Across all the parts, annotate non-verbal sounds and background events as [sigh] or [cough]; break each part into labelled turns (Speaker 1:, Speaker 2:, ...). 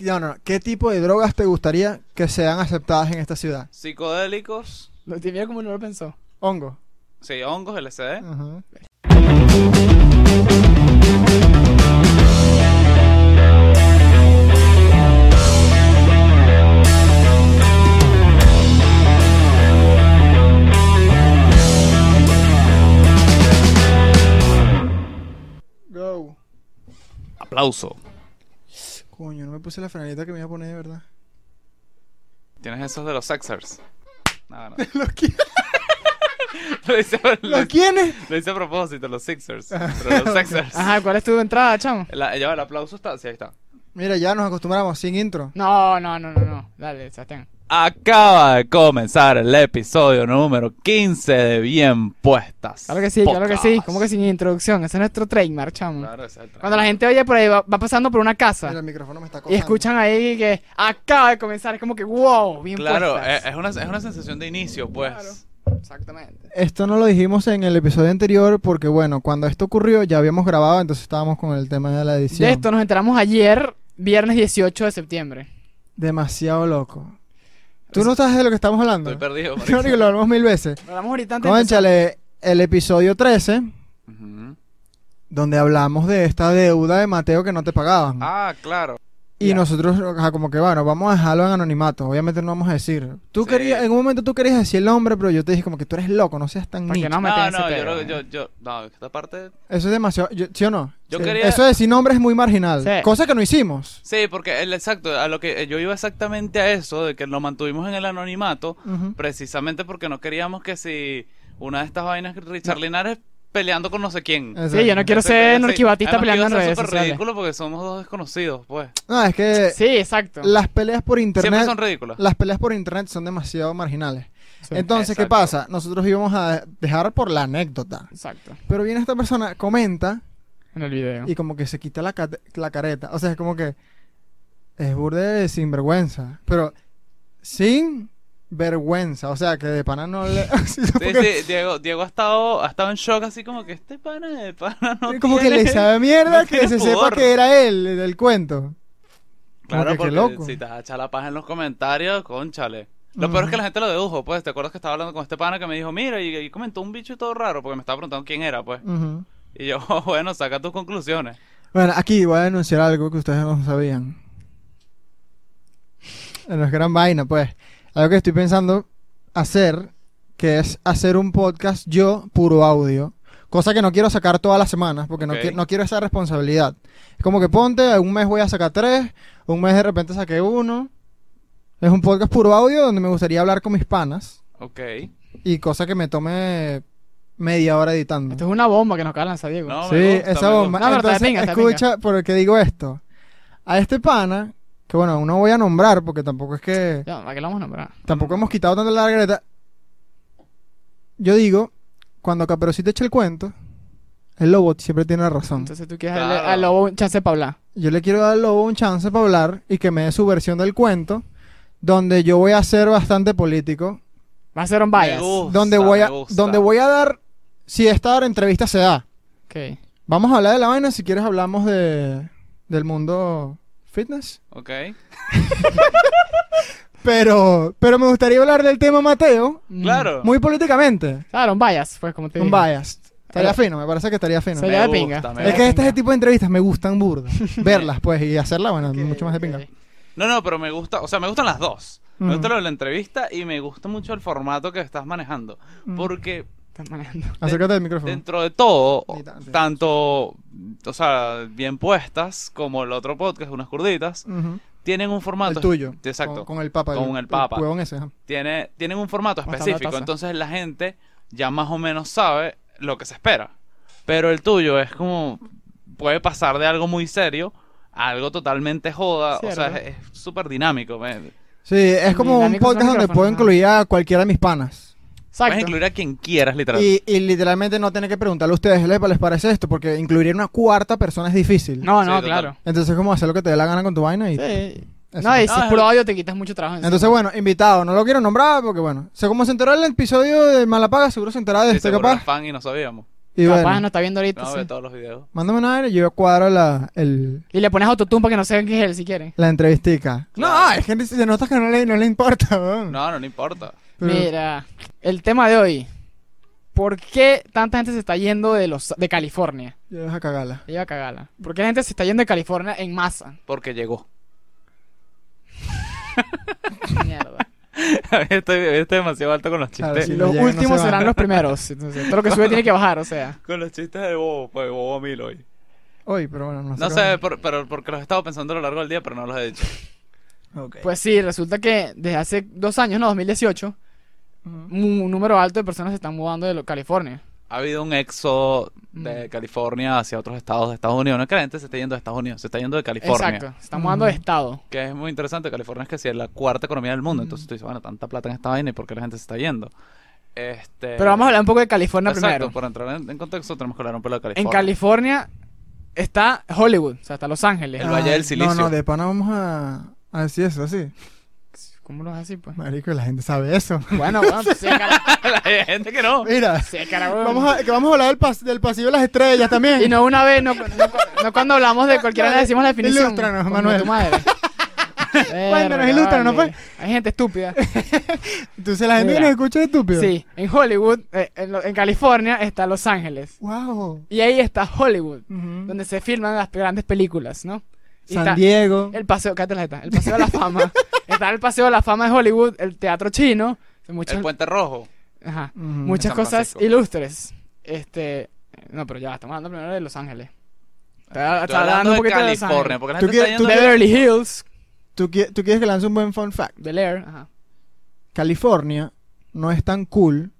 Speaker 1: No, no, no. ¿Qué tipo de drogas te gustaría que sean aceptadas en esta ciudad?
Speaker 2: Psicodélicos,
Speaker 3: Lo tenía como no lo pensó.
Speaker 1: Hongo.
Speaker 2: sí, hongos,
Speaker 3: Mm.
Speaker 2: LSD.
Speaker 1: Ajá.
Speaker 3: Go.
Speaker 2: Aplauso.
Speaker 1: Coño, no me puse la franelita que me iba a poner, de verdad.
Speaker 2: Tienes esos de los Sexers. No,
Speaker 3: [laughs]
Speaker 2: no.
Speaker 1: ¿Los, qui-
Speaker 2: [laughs] Lo hice,
Speaker 1: ¿Los
Speaker 2: lo-
Speaker 1: quiénes?
Speaker 2: lo hice a propósito, los Sixers.
Speaker 3: Ah.
Speaker 2: Pero
Speaker 3: [laughs]
Speaker 2: los Sixers.
Speaker 3: Ajá, ¿cuál es tu entrada, chamo?
Speaker 2: La- ya va, el aplauso está. Sí, ahí está.
Speaker 1: Mira, ya nos acostumbramos, sin intro.
Speaker 3: No, no, no, no, no. Dale, Sebastián.
Speaker 2: Acaba de comenzar el episodio número 15 de Bien Puestas.
Speaker 3: Claro que sí, claro que sí.
Speaker 2: Podcast.
Speaker 3: Como que sin introducción. Ese es nuestro trademark, chamo.
Speaker 2: Claro, ese es el trabajo.
Speaker 3: Cuando la gente oye por ahí, va, va pasando por una casa
Speaker 1: Mira, el micrófono me está
Speaker 3: y
Speaker 1: cosando.
Speaker 3: escuchan ahí que acaba de comenzar, es como que wow, bien
Speaker 2: Claro, eh,
Speaker 3: puestas.
Speaker 2: es es una, es una sensación de inicio, pues.
Speaker 3: Claro. Exactamente.
Speaker 1: Esto no lo dijimos en el episodio anterior porque, bueno, cuando esto ocurrió ya habíamos grabado, entonces estábamos con el tema de la edición.
Speaker 3: De esto nos enteramos ayer, viernes 18 de septiembre.
Speaker 1: Demasiado loco. ¿Tú no sabes de lo que estamos hablando?
Speaker 2: Estoy
Speaker 3: [laughs]
Speaker 2: perdido.
Speaker 1: [laughs]
Speaker 2: marico.
Speaker 1: Creo que lo hablamos mil veces.
Speaker 3: Lo hablamos ahorita antes de
Speaker 1: Conchale, el episodio 13,
Speaker 2: Ujú.
Speaker 1: donde hablamos de esta deuda de Mateo que no te pagaban.
Speaker 2: Ah, claro.
Speaker 1: y
Speaker 2: ya.
Speaker 1: nosotros, ajá, como que, bueno, vamos a dejarlo en anonimato. Obviamente no vamos a decir. Tú
Speaker 2: Sí.
Speaker 1: querías, en un momento tú querías decir el nombre, pero yo te dije como que tú eres loco, no seas tan
Speaker 3: empezar,
Speaker 1: nicho.
Speaker 3: para que no
Speaker 2: No,
Speaker 3: nos metan
Speaker 2: no,
Speaker 3: ese
Speaker 2: yo,
Speaker 3: pedo,
Speaker 2: creo que
Speaker 3: ¿eh?
Speaker 2: yo, yo, no, esta parte.
Speaker 1: Eso es demasiado. yo- ¿Sí o no?
Speaker 2: Yo
Speaker 1: Sí.
Speaker 2: quería-
Speaker 1: Eso de sin nombre es muy marginal.
Speaker 3: Sí.
Speaker 1: Cosa que no hicimos.
Speaker 2: Sí, porque el exacto, a lo que eh, yo iba exactamente a eso, de que lo mantuvimos en el anonimato,
Speaker 1: Ujú.
Speaker 2: precisamente porque no queríamos que si una de estas vainas Richard Linares peleando con no sé quién.
Speaker 1: Exacto.
Speaker 3: Sí, yo no Eh, quiero
Speaker 2: Exacto,
Speaker 3: ser
Speaker 2: sí.
Speaker 3: norquibatista
Speaker 2: Además que iba
Speaker 3: peleando
Speaker 2: a
Speaker 3: en
Speaker 2: ser
Speaker 3: redes
Speaker 2: súper
Speaker 3: sociales.
Speaker 2: ridículo porque somos dos desconocidos, pues.
Speaker 1: No, es que
Speaker 3: Sí, exacto.
Speaker 1: las peleas por
Speaker 2: Siempre
Speaker 1: internet.
Speaker 2: son
Speaker 3: [laughs]
Speaker 2: ridículas.
Speaker 1: Las peleas por internet son demasiado marginales.
Speaker 3: Sí,
Speaker 1: Entonces, ¿qué
Speaker 2: Exacto.
Speaker 1: pasa? Nosotros íbamos a dejar por la anécdota.
Speaker 3: Exacto.
Speaker 1: Pero viene esta persona, comenta
Speaker 3: En el video.
Speaker 1: y como que se quita la, cate- la careta. O sea, es como que es burde de sinvergüenza. Pero sin vergüenza. O sea, que de pana no le. [laughs] sí,
Speaker 2: Sí,
Speaker 1: porque-
Speaker 2: sí, Diego, Diego ha estado, ha estado en shock así como que este pana de pana no
Speaker 1: como que le
Speaker 2: tiene-
Speaker 1: sabe mierda
Speaker 2: no
Speaker 1: que
Speaker 2: tiene
Speaker 1: se sepa
Speaker 2: pudor.
Speaker 1: que era él el del cuento.
Speaker 2: Claro,
Speaker 1: que qué
Speaker 2: porque
Speaker 1: loco.
Speaker 2: si te vas a echar la paja en los comentarios, conchale. Lo peor es que
Speaker 1: Ujú.
Speaker 2: la gente lo dedujo, pues. ¿Te acuerdas que estaba hablando con este pana que me dijo, mira, y, y comentó un bicho y todo raro? Porque me estaba preguntando quién era, pues.
Speaker 1: Ujú.
Speaker 2: Y yo, [laughs] bueno, saca tus conclusiones.
Speaker 1: Bueno, aquí voy a denunciar algo que ustedes no sabían. No es gran vaina, pues. Algo que estoy pensando hacer, que es hacer un podcast yo puro audio. Cosa que no quiero sacar todas las semanas, porque no,
Speaker 2: Ok.
Speaker 1: qui- no quiero esa responsabilidad. Es como que ponte, un mes voy a sacar tres, un mes de repente saqué uno. Es un podcast puro audio donde me gustaría hablar con mis panas
Speaker 2: Ok.
Speaker 1: y cosa que me tome media hora editando.
Speaker 2: Este
Speaker 3: Esto es una bomba que nos acaba de lanzar Diego.
Speaker 2: No,
Speaker 1: Sí,
Speaker 2: me gusta,
Speaker 1: esa
Speaker 2: me
Speaker 1: bomba.
Speaker 3: gusta. No, pero está
Speaker 1: Entonces,
Speaker 3: de pinga, está de
Speaker 1: escucha, ¿por qué digo esto? A este pana, que bueno, no voy a nombrar porque tampoco es que.
Speaker 3: Ya, ¿para qué lo vamos a nombrar?
Speaker 1: Tampoco hemos quitado tanto la greta. Yo digo, cuando Caperucita echa el cuento, el lobo siempre tiene la razón.
Speaker 3: Entonces tú quieres
Speaker 2: Claro.
Speaker 3: darle al lobo un chance para hablar.
Speaker 1: Yo le quiero dar al lobo un chance para hablar y que me dé su versión del cuento, donde yo voy a ser bastante político.
Speaker 3: Va a ser un
Speaker 2: Me
Speaker 3: bias.
Speaker 2: gusta,
Speaker 1: donde, voy a,
Speaker 2: me gusta.
Speaker 1: donde voy a dar. Si esta entrevista se da.
Speaker 3: Ok.
Speaker 1: Vamos a hablar de la vaina. Si quieres, hablamos de, del mundo fitness.
Speaker 2: Ok.
Speaker 1: Pero, pero me gustaría hablar del tema Mateo
Speaker 3: Mm.
Speaker 2: Claro.
Speaker 1: muy políticamente.
Speaker 3: Claro, un bias, pues, como te
Speaker 1: Un
Speaker 3: dije.
Speaker 1: bias. Estaría
Speaker 3: Ahora-
Speaker 1: fino, me parece que estaría fino.
Speaker 3: Sería de
Speaker 2: gusta,
Speaker 3: pinga.
Speaker 2: me
Speaker 3: Sería
Speaker 1: Es
Speaker 2: gusta.
Speaker 1: que
Speaker 3: de
Speaker 1: este
Speaker 3: pinga.
Speaker 1: tipo de entrevistas me gustan
Speaker 2: [laughs]
Speaker 1: burda. Verlas, pues, y hacerlas, bueno,
Speaker 3: Ok,
Speaker 1: mucho más de pinga.
Speaker 3: ok.
Speaker 2: No, no, pero me gusta, o sea, me gustan las dos. Me
Speaker 1: Ujú.
Speaker 2: gusta lo de la entrevista y me gusta mucho el formato que estás manejando.
Speaker 1: Mm.
Speaker 2: Porque
Speaker 3: Estás manejando.
Speaker 1: Acércate al micrófono.
Speaker 2: dentro de todo,
Speaker 1: Ni tanto.
Speaker 2: tanto, o sea, bien puestas como el otro podcast, unas curditas,
Speaker 1: Ujú.
Speaker 2: tienen un formato.
Speaker 1: El tuyo.
Speaker 2: Exacto.
Speaker 1: Con, con el Papa.
Speaker 2: Con el Papa.
Speaker 1: huevón ese, ajá.
Speaker 2: Tiene, tienen un formato
Speaker 3: Hasta la
Speaker 2: específico,
Speaker 3: taza.
Speaker 2: entonces la gente ya más o menos sabe lo que se espera. Pero el tuyo es como, puede pasar de algo muy serio a algo totalmente joda, o
Speaker 3: Cierto.
Speaker 2: sea, es es súper dinámico. me-
Speaker 1: Sí, es como un
Speaker 3: Dinámicos son
Speaker 1: podcast donde
Speaker 3: micrófonos,
Speaker 1: puedo
Speaker 3: ajá.
Speaker 1: incluir a cualquiera de mis panas.
Speaker 2: Puedes
Speaker 3: Exacto.
Speaker 2: incluir a quien quieras, literal.
Speaker 1: Y, y literalmente no tener que preguntarle a ustedes, "Lepa, ¿les parece esto? Porque incluir una cuarta persona es difícil.
Speaker 3: No,
Speaker 2: Sí,
Speaker 3: no,
Speaker 2: total.
Speaker 3: claro.
Speaker 1: Entonces, como hacer lo que te dé la gana con tu vaina y.
Speaker 3: Sí.
Speaker 1: eso.
Speaker 3: No, y
Speaker 2: No,
Speaker 3: si es
Speaker 2: es-
Speaker 3: puro audio te quitas mucho trabajo. encima.
Speaker 1: Entonces, bueno, invitado, no lo quiero nombrar porque, bueno, según como se enteró el episodio de Malapaga, seguro se enterará de
Speaker 2: Sí,
Speaker 1: este,
Speaker 2: seguro era
Speaker 1: capaz.
Speaker 2: fan y no sabíamos.
Speaker 1: Y
Speaker 3: Capaz
Speaker 1: bueno,
Speaker 3: no está viendo ahorita.
Speaker 2: No
Speaker 3: sí.
Speaker 2: ve todos los videos.
Speaker 1: mándame una aire y yo cuadro la, el,
Speaker 3: Y le pones autotune para que no sepan que es él si quiere.
Speaker 1: la entrevistica.
Speaker 2: Claro.
Speaker 1: No, es que se nota que no le, no le importa, weón.
Speaker 2: No, no, no importa.
Speaker 1: Pero-
Speaker 3: Mira, el tema de hoy. ¿Por qué tanta gente se está yendo de los de California?
Speaker 1: Ya deja cagarla.
Speaker 3: Iba a cagarla. ¿Por qué la gente se está yendo de California en masa? [laughs]
Speaker 2: Porque
Speaker 1: [laughs]
Speaker 2: llegó.
Speaker 3: Mierda.
Speaker 2: estoy, estoy demasiado alto con los
Speaker 1: Claro,
Speaker 2: chistes.
Speaker 1: sí. Si no
Speaker 3: los
Speaker 1: llegan, no
Speaker 3: últimos
Speaker 1: se van.
Speaker 3: serán los primeros. Entonces, todo lo que
Speaker 2: [laughs]
Speaker 3: sube tiene que bajar, o sea.
Speaker 2: Con los chistes de Bobo, pues Bobo Mil hoy.
Speaker 1: Hoy, pero bueno, no sé.
Speaker 2: No
Speaker 1: cómo-
Speaker 2: sé, por- pero porque los he estado pensando a lo largo del día, pero no los he dicho.
Speaker 1: Ok.
Speaker 3: Pues sí, resulta que desde hace dos años, no, 2018,
Speaker 1: Ujú.
Speaker 3: un número alto de personas se están mudando de lo- California.
Speaker 2: Ha habido un éxodo
Speaker 3: Mm.
Speaker 2: de California hacia otros estados de Estados Unidos. No es que la gente se esté yendo de Estados Unidos, se está yendo de California.
Speaker 3: Exacto, se están mudando de
Speaker 1: Ujú. Eh,
Speaker 3: estado.
Speaker 2: Que es muy interesante. California es que sí es la cuarta economía del mundo.
Speaker 3: Mm.
Speaker 2: Entonces tú dices, bueno, tanta plata en esta vaina y por qué la gente se está yendo. Este...
Speaker 3: Pero vamos a hablar un poco de California
Speaker 2: Exacto,
Speaker 3: primero.
Speaker 1: pues,
Speaker 2: por entrar en, en contexto tenemos que hablar un poco de
Speaker 3: En
Speaker 2: California.
Speaker 3: California está Hollywood, o sea, está Los Ángeles.
Speaker 2: El Valle del
Speaker 1: Ah,
Speaker 2: Silicio.
Speaker 1: No, no, de pana vamos a, a decir eso, así.
Speaker 3: ¿Cómo lo haces así, pues?
Speaker 1: Marico, la gente sabe
Speaker 2: [laughs]
Speaker 1: eso.
Speaker 3: Bueno, bueno, pues, sí, cara-
Speaker 2: [laughs] Hay gente que
Speaker 3: [laughs]
Speaker 2: no.
Speaker 1: Mira,
Speaker 3: sí, cara, bueno.
Speaker 1: vamos a, que vamos a hablar del, pas- del pasillo de las estrellas también.
Speaker 3: Y no una vez, no, no- no cuando hablamos de cualquiera le decimos la definición.
Speaker 1: Ilústranos,
Speaker 3: Coño,
Speaker 1: Manuel.
Speaker 3: tu madre.
Speaker 1: [laughs]
Speaker 3: Verga,
Speaker 1: Cuéntanos, ilústranos, pues.
Speaker 3: vale. Hay gente estúpida.
Speaker 1: Entonces la gente que nos
Speaker 3: Mira.
Speaker 1: escucha es estúpido.
Speaker 3: Sí, en Hollywood, eh, en, lo- en California está Los Ángeles.
Speaker 1: Wow.
Speaker 3: Y ahí está Hollywood,
Speaker 1: Ujú.
Speaker 3: donde se filman las grandes películas, ¿no? Y
Speaker 1: San
Speaker 3: está-
Speaker 1: Diego.
Speaker 3: El paseo, cállate la jeta, el paseo de la fama.
Speaker 1: [laughs]
Speaker 3: está el paseo de la fama de Hollywood, el teatro chino, muchas,
Speaker 2: El Puente Rojo.
Speaker 3: ajá,
Speaker 1: Ujú.
Speaker 3: muchas
Speaker 2: San
Speaker 3: cosas
Speaker 2: Francisco.
Speaker 3: ilustres. Este, no, pero ya, estamos hablando primero de Los Ángeles.
Speaker 2: Estoy
Speaker 3: Está, está hablando
Speaker 2: hablando
Speaker 3: un
Speaker 2: de
Speaker 3: poquito de Los
Speaker 2: California.
Speaker 3: Ángeles.
Speaker 2: Porque la
Speaker 1: ¿Tú
Speaker 2: gente está
Speaker 1: quieres-
Speaker 2: yendo
Speaker 1: tú quieres-
Speaker 3: Beverly Hills,
Speaker 1: ¿Tú, qui- tú quieres que lance un buen fun fact.
Speaker 3: Bel Air, ajá.
Speaker 1: California no es tan cool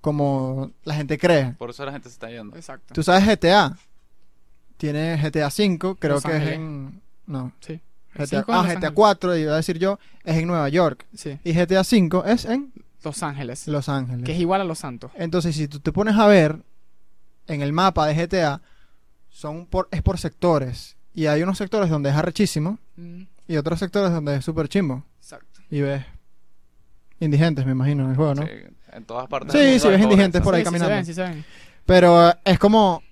Speaker 1: como la gente cree.
Speaker 2: Por eso la gente se está yendo.
Speaker 3: Exacto.
Speaker 1: Tú sabes GTA. Tiene GTA V, creo
Speaker 3: Los
Speaker 1: que es
Speaker 3: Ángeles.
Speaker 1: en. No.
Speaker 3: Sí.
Speaker 1: GTA,
Speaker 3: ¿El cinco en
Speaker 1: ah,
Speaker 3: Los
Speaker 1: GTA
Speaker 3: Ángeles?
Speaker 1: 4, iba a decir yo, es en Nueva York.
Speaker 3: Sí,
Speaker 1: Y GTA V es en
Speaker 3: Los Ángeles,
Speaker 1: Los Ángeles.
Speaker 3: que es igual a Los Santos.
Speaker 1: Entonces, si tú te pones a ver en el mapa de GTA, son por, es por sectores. Y hay unos sectores donde es arrechísimo
Speaker 3: Mm,
Speaker 1: y otros sectores donde es súper chimbo.
Speaker 3: Exacto.
Speaker 1: Y ves indigentes, me imagino, en el juego, ¿no?
Speaker 2: Sí, en todas partes.
Speaker 1: Sí,
Speaker 2: del mundo
Speaker 1: sí,
Speaker 2: hay
Speaker 1: ves
Speaker 2: pobreza.
Speaker 1: indigentes por ahí
Speaker 3: Sí, sí se
Speaker 1: caminando.
Speaker 3: ven, sí se ven.
Speaker 1: Pero eh, es como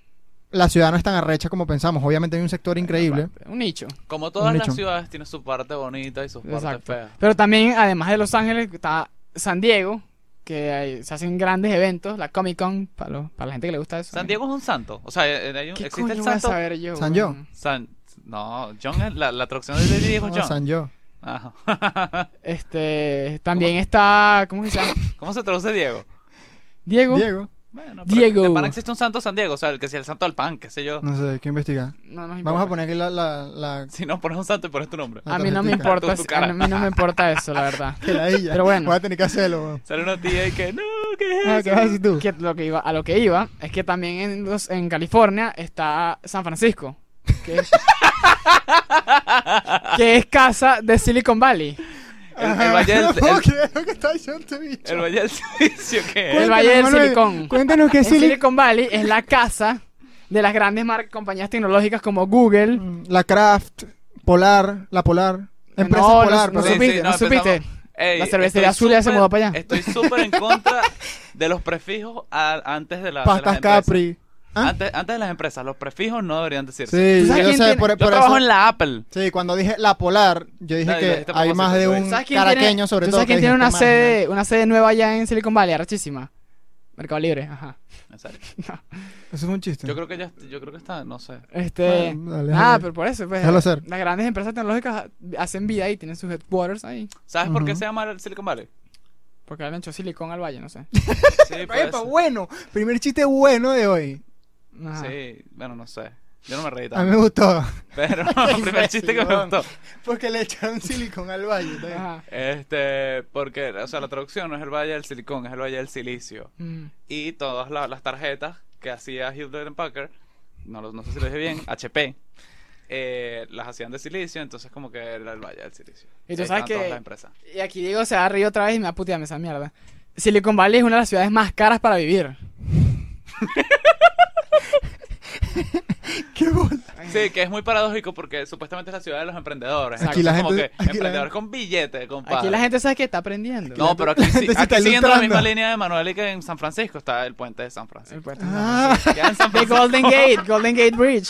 Speaker 1: la ciudad no es tan arrecha como pensamos. Obviamente hay un sector increíble.
Speaker 3: Un nicho.
Speaker 2: Como todas
Speaker 1: Un
Speaker 2: las
Speaker 1: nicho.
Speaker 2: ciudades, tiene su parte bonita y sus partes
Speaker 3: Exacto.
Speaker 2: feas.
Speaker 3: Pero también, además de Los Ángeles, está San Diego, que hay- se hacen grandes eventos, la Comic Con, para, los- para la gente que le gusta eso.
Speaker 2: San Diego es un santo. O sea, eh, hay un-
Speaker 3: ¿Qué
Speaker 2: existe
Speaker 3: coño
Speaker 2: el
Speaker 3: voy a
Speaker 2: santo.
Speaker 3: saber yo?
Speaker 1: San
Speaker 3: weón?
Speaker 1: John.
Speaker 2: San... No, John es la, la traducción de Diego es
Speaker 1: No,
Speaker 2: John. Ah,
Speaker 1: San Yo.
Speaker 2: Ajá.
Speaker 3: Este, también está, ¿cómo se
Speaker 1: [laughs]
Speaker 3: llama?
Speaker 2: [laughs] ¿Cómo se traduce Diego?
Speaker 3: Diego.
Speaker 1: Diego.
Speaker 2: Bueno,
Speaker 3: Diego.
Speaker 2: De pana existe un santo San Diego. O sea, el que sea el santo del pan, qué sé yo.
Speaker 1: No sé, hay que investigar.
Speaker 3: No nos
Speaker 1: Vamos a
Speaker 3: importa.
Speaker 1: poner aquí la, la, la,
Speaker 2: Si no pones un santo y pones tu nombre.
Speaker 1: la
Speaker 3: A mí no me
Speaker 1: tarjetita.
Speaker 3: importa,
Speaker 2: Tu- tu
Speaker 3: a
Speaker 2: cara.
Speaker 3: mí no
Speaker 2: [laughs]
Speaker 3: me importa eso, la verdad. [laughs]
Speaker 1: peladilla.
Speaker 3: Pero bueno.
Speaker 1: Voy a tener que hacerlo. weón.
Speaker 2: Sale una tía y que, no, ¿qué
Speaker 1: [laughs]
Speaker 2: es
Speaker 1: Ah, ¿Qué vas a
Speaker 2: eso?".
Speaker 1: decir tú?
Speaker 3: Que lo que iba, a lo que iba es que también en, los- en California está San Francisco, que
Speaker 2: [laughs]
Speaker 3: es, que es casa de Silicon Valley.
Speaker 2: El, el
Speaker 1: Ajá.
Speaker 2: valle del...
Speaker 1: [laughs] No
Speaker 2: El,
Speaker 1: creo que está diciendo este bicho.
Speaker 2: el valle del silicio, ¿qué es?
Speaker 3: El Valle del
Speaker 1: Manuel,
Speaker 3: Silicón.
Speaker 1: Cuéntanos
Speaker 3: [laughs]
Speaker 1: qué
Speaker 3: En
Speaker 1: es Silicon.
Speaker 3: Silicon Valley es la casa de las grandes mar- compañías tecnológicas como Google.
Speaker 1: Mm, La Craft, Polar, la Polar. Empresa
Speaker 3: no,
Speaker 1: Polar,
Speaker 3: no,
Speaker 1: perdón.
Speaker 3: supiste, no
Speaker 2: empezamos-
Speaker 3: supiste.
Speaker 2: Ey,
Speaker 3: La cervecería
Speaker 2: estoy
Speaker 3: azul ya se
Speaker 2: súper-
Speaker 3: mudó para allá.
Speaker 2: Estoy súper en contra de los prefijos a- antes de, la, de las
Speaker 1: Pastas
Speaker 2: empresas.
Speaker 1: Capri. ¿Ah?
Speaker 2: Antes, antes de las empresas, los prefijos no deberían decirse.
Speaker 1: Sí,
Speaker 3: ¿Tú sabes
Speaker 1: yo
Speaker 3: quién
Speaker 1: sé,
Speaker 3: tiene-
Speaker 1: por,
Speaker 2: Yo
Speaker 1: por
Speaker 2: trabajo
Speaker 1: eso.
Speaker 2: en la Apple.
Speaker 1: Sí, cuando dije la Polar, yo dije
Speaker 2: No, yo
Speaker 1: que
Speaker 2: dije
Speaker 1: hay
Speaker 2: propósito,
Speaker 1: más de
Speaker 2: lo
Speaker 1: un
Speaker 2: dije.
Speaker 3: ¿Sabes quién
Speaker 1: caraqueño,
Speaker 3: tiene,
Speaker 1: sobre
Speaker 3: ¿tú
Speaker 1: todo.
Speaker 3: sabes quién
Speaker 1: que
Speaker 3: tiene
Speaker 1: dije,
Speaker 3: una
Speaker 1: "Este man,
Speaker 3: sede, una sede nueva allá en Silicon Valley, arrechísima? Mercado Libre, ajá.
Speaker 2: En serio.
Speaker 1: ¿no?". Eso es un chiste.
Speaker 2: Yo creo que ya, yo creo que está, no sé.
Speaker 3: Este,
Speaker 1: Bueno, dale,
Speaker 3: ah,
Speaker 1: dale.
Speaker 3: pero por eso, pues,
Speaker 1: Déjalo ser.
Speaker 3: las grandes empresas tecnológicas hacen vida ahí, tienen sus headquarters ahí,
Speaker 2: ¿Sabes por qué
Speaker 1: Ujú.
Speaker 2: se llama el Silicon Valley?
Speaker 3: porque le han hecho Silicon al Valle,
Speaker 1: [laughs]
Speaker 3: no sé.
Speaker 2: Sí, por
Speaker 1: Epa,
Speaker 2: eso.
Speaker 1: bueno, primer chiste bueno de hoy.
Speaker 3: Ajá.
Speaker 2: Sí, bueno, no sé. Yo no me reí
Speaker 1: Ah. A mí me
Speaker 2: tanto.
Speaker 1: gustó.
Speaker 2: Pero [laughs] el primer chiste que me
Speaker 1: Imbécil,
Speaker 2: gustó.
Speaker 1: [laughs] Porque le echaron silicón al valle. ¿está bien?
Speaker 3: Ajá.
Speaker 2: Este, porque, o sea, la traducción no es el Valle del Silicón, es el Valle del Silicio.
Speaker 3: Mm.
Speaker 2: Y todas la- las tarjetas que hacía Hewlett and Packard, no, lo- no sé si lo
Speaker 1: [laughs]
Speaker 2: dije bien, HP, eh, las hacían de silicio, entonces como que era el Valle del Silicio.
Speaker 3: Y tú
Speaker 2: Ahí
Speaker 3: sabes
Speaker 2: estaban
Speaker 3: que-
Speaker 2: todas las empresas.
Speaker 3: Y aquí Diego se va a reír otra vez y me va a putear esa mierda. Silicon Valley es una de las ciudades más caras para vivir.
Speaker 1: Qué bola.
Speaker 3: Ay,
Speaker 2: Sí, que es muy paradójico porque supuestamente es la ciudad de los emprendedores.
Speaker 1: Aquí la
Speaker 2: Entonces, como
Speaker 1: gente-
Speaker 2: que
Speaker 1: aquí la
Speaker 2: emprendedores
Speaker 1: gente-
Speaker 2: con billetes, compadre.
Speaker 3: Aquí la gente sabe que está aprendiendo.
Speaker 2: No, [laughs] pero aquí,
Speaker 1: la gente
Speaker 2: sí,
Speaker 1: se
Speaker 2: aquí
Speaker 1: está
Speaker 2: siguiendo la misma
Speaker 1: ilustrando.
Speaker 2: línea de Manuel y que en San Francisco está el puente de San Francisco.
Speaker 3: El puerto de
Speaker 1: Ah,
Speaker 2: Ya en [laughs] San
Speaker 3: De
Speaker 2: Francisco.
Speaker 3: Golden Gate, Golden Gate Bridge.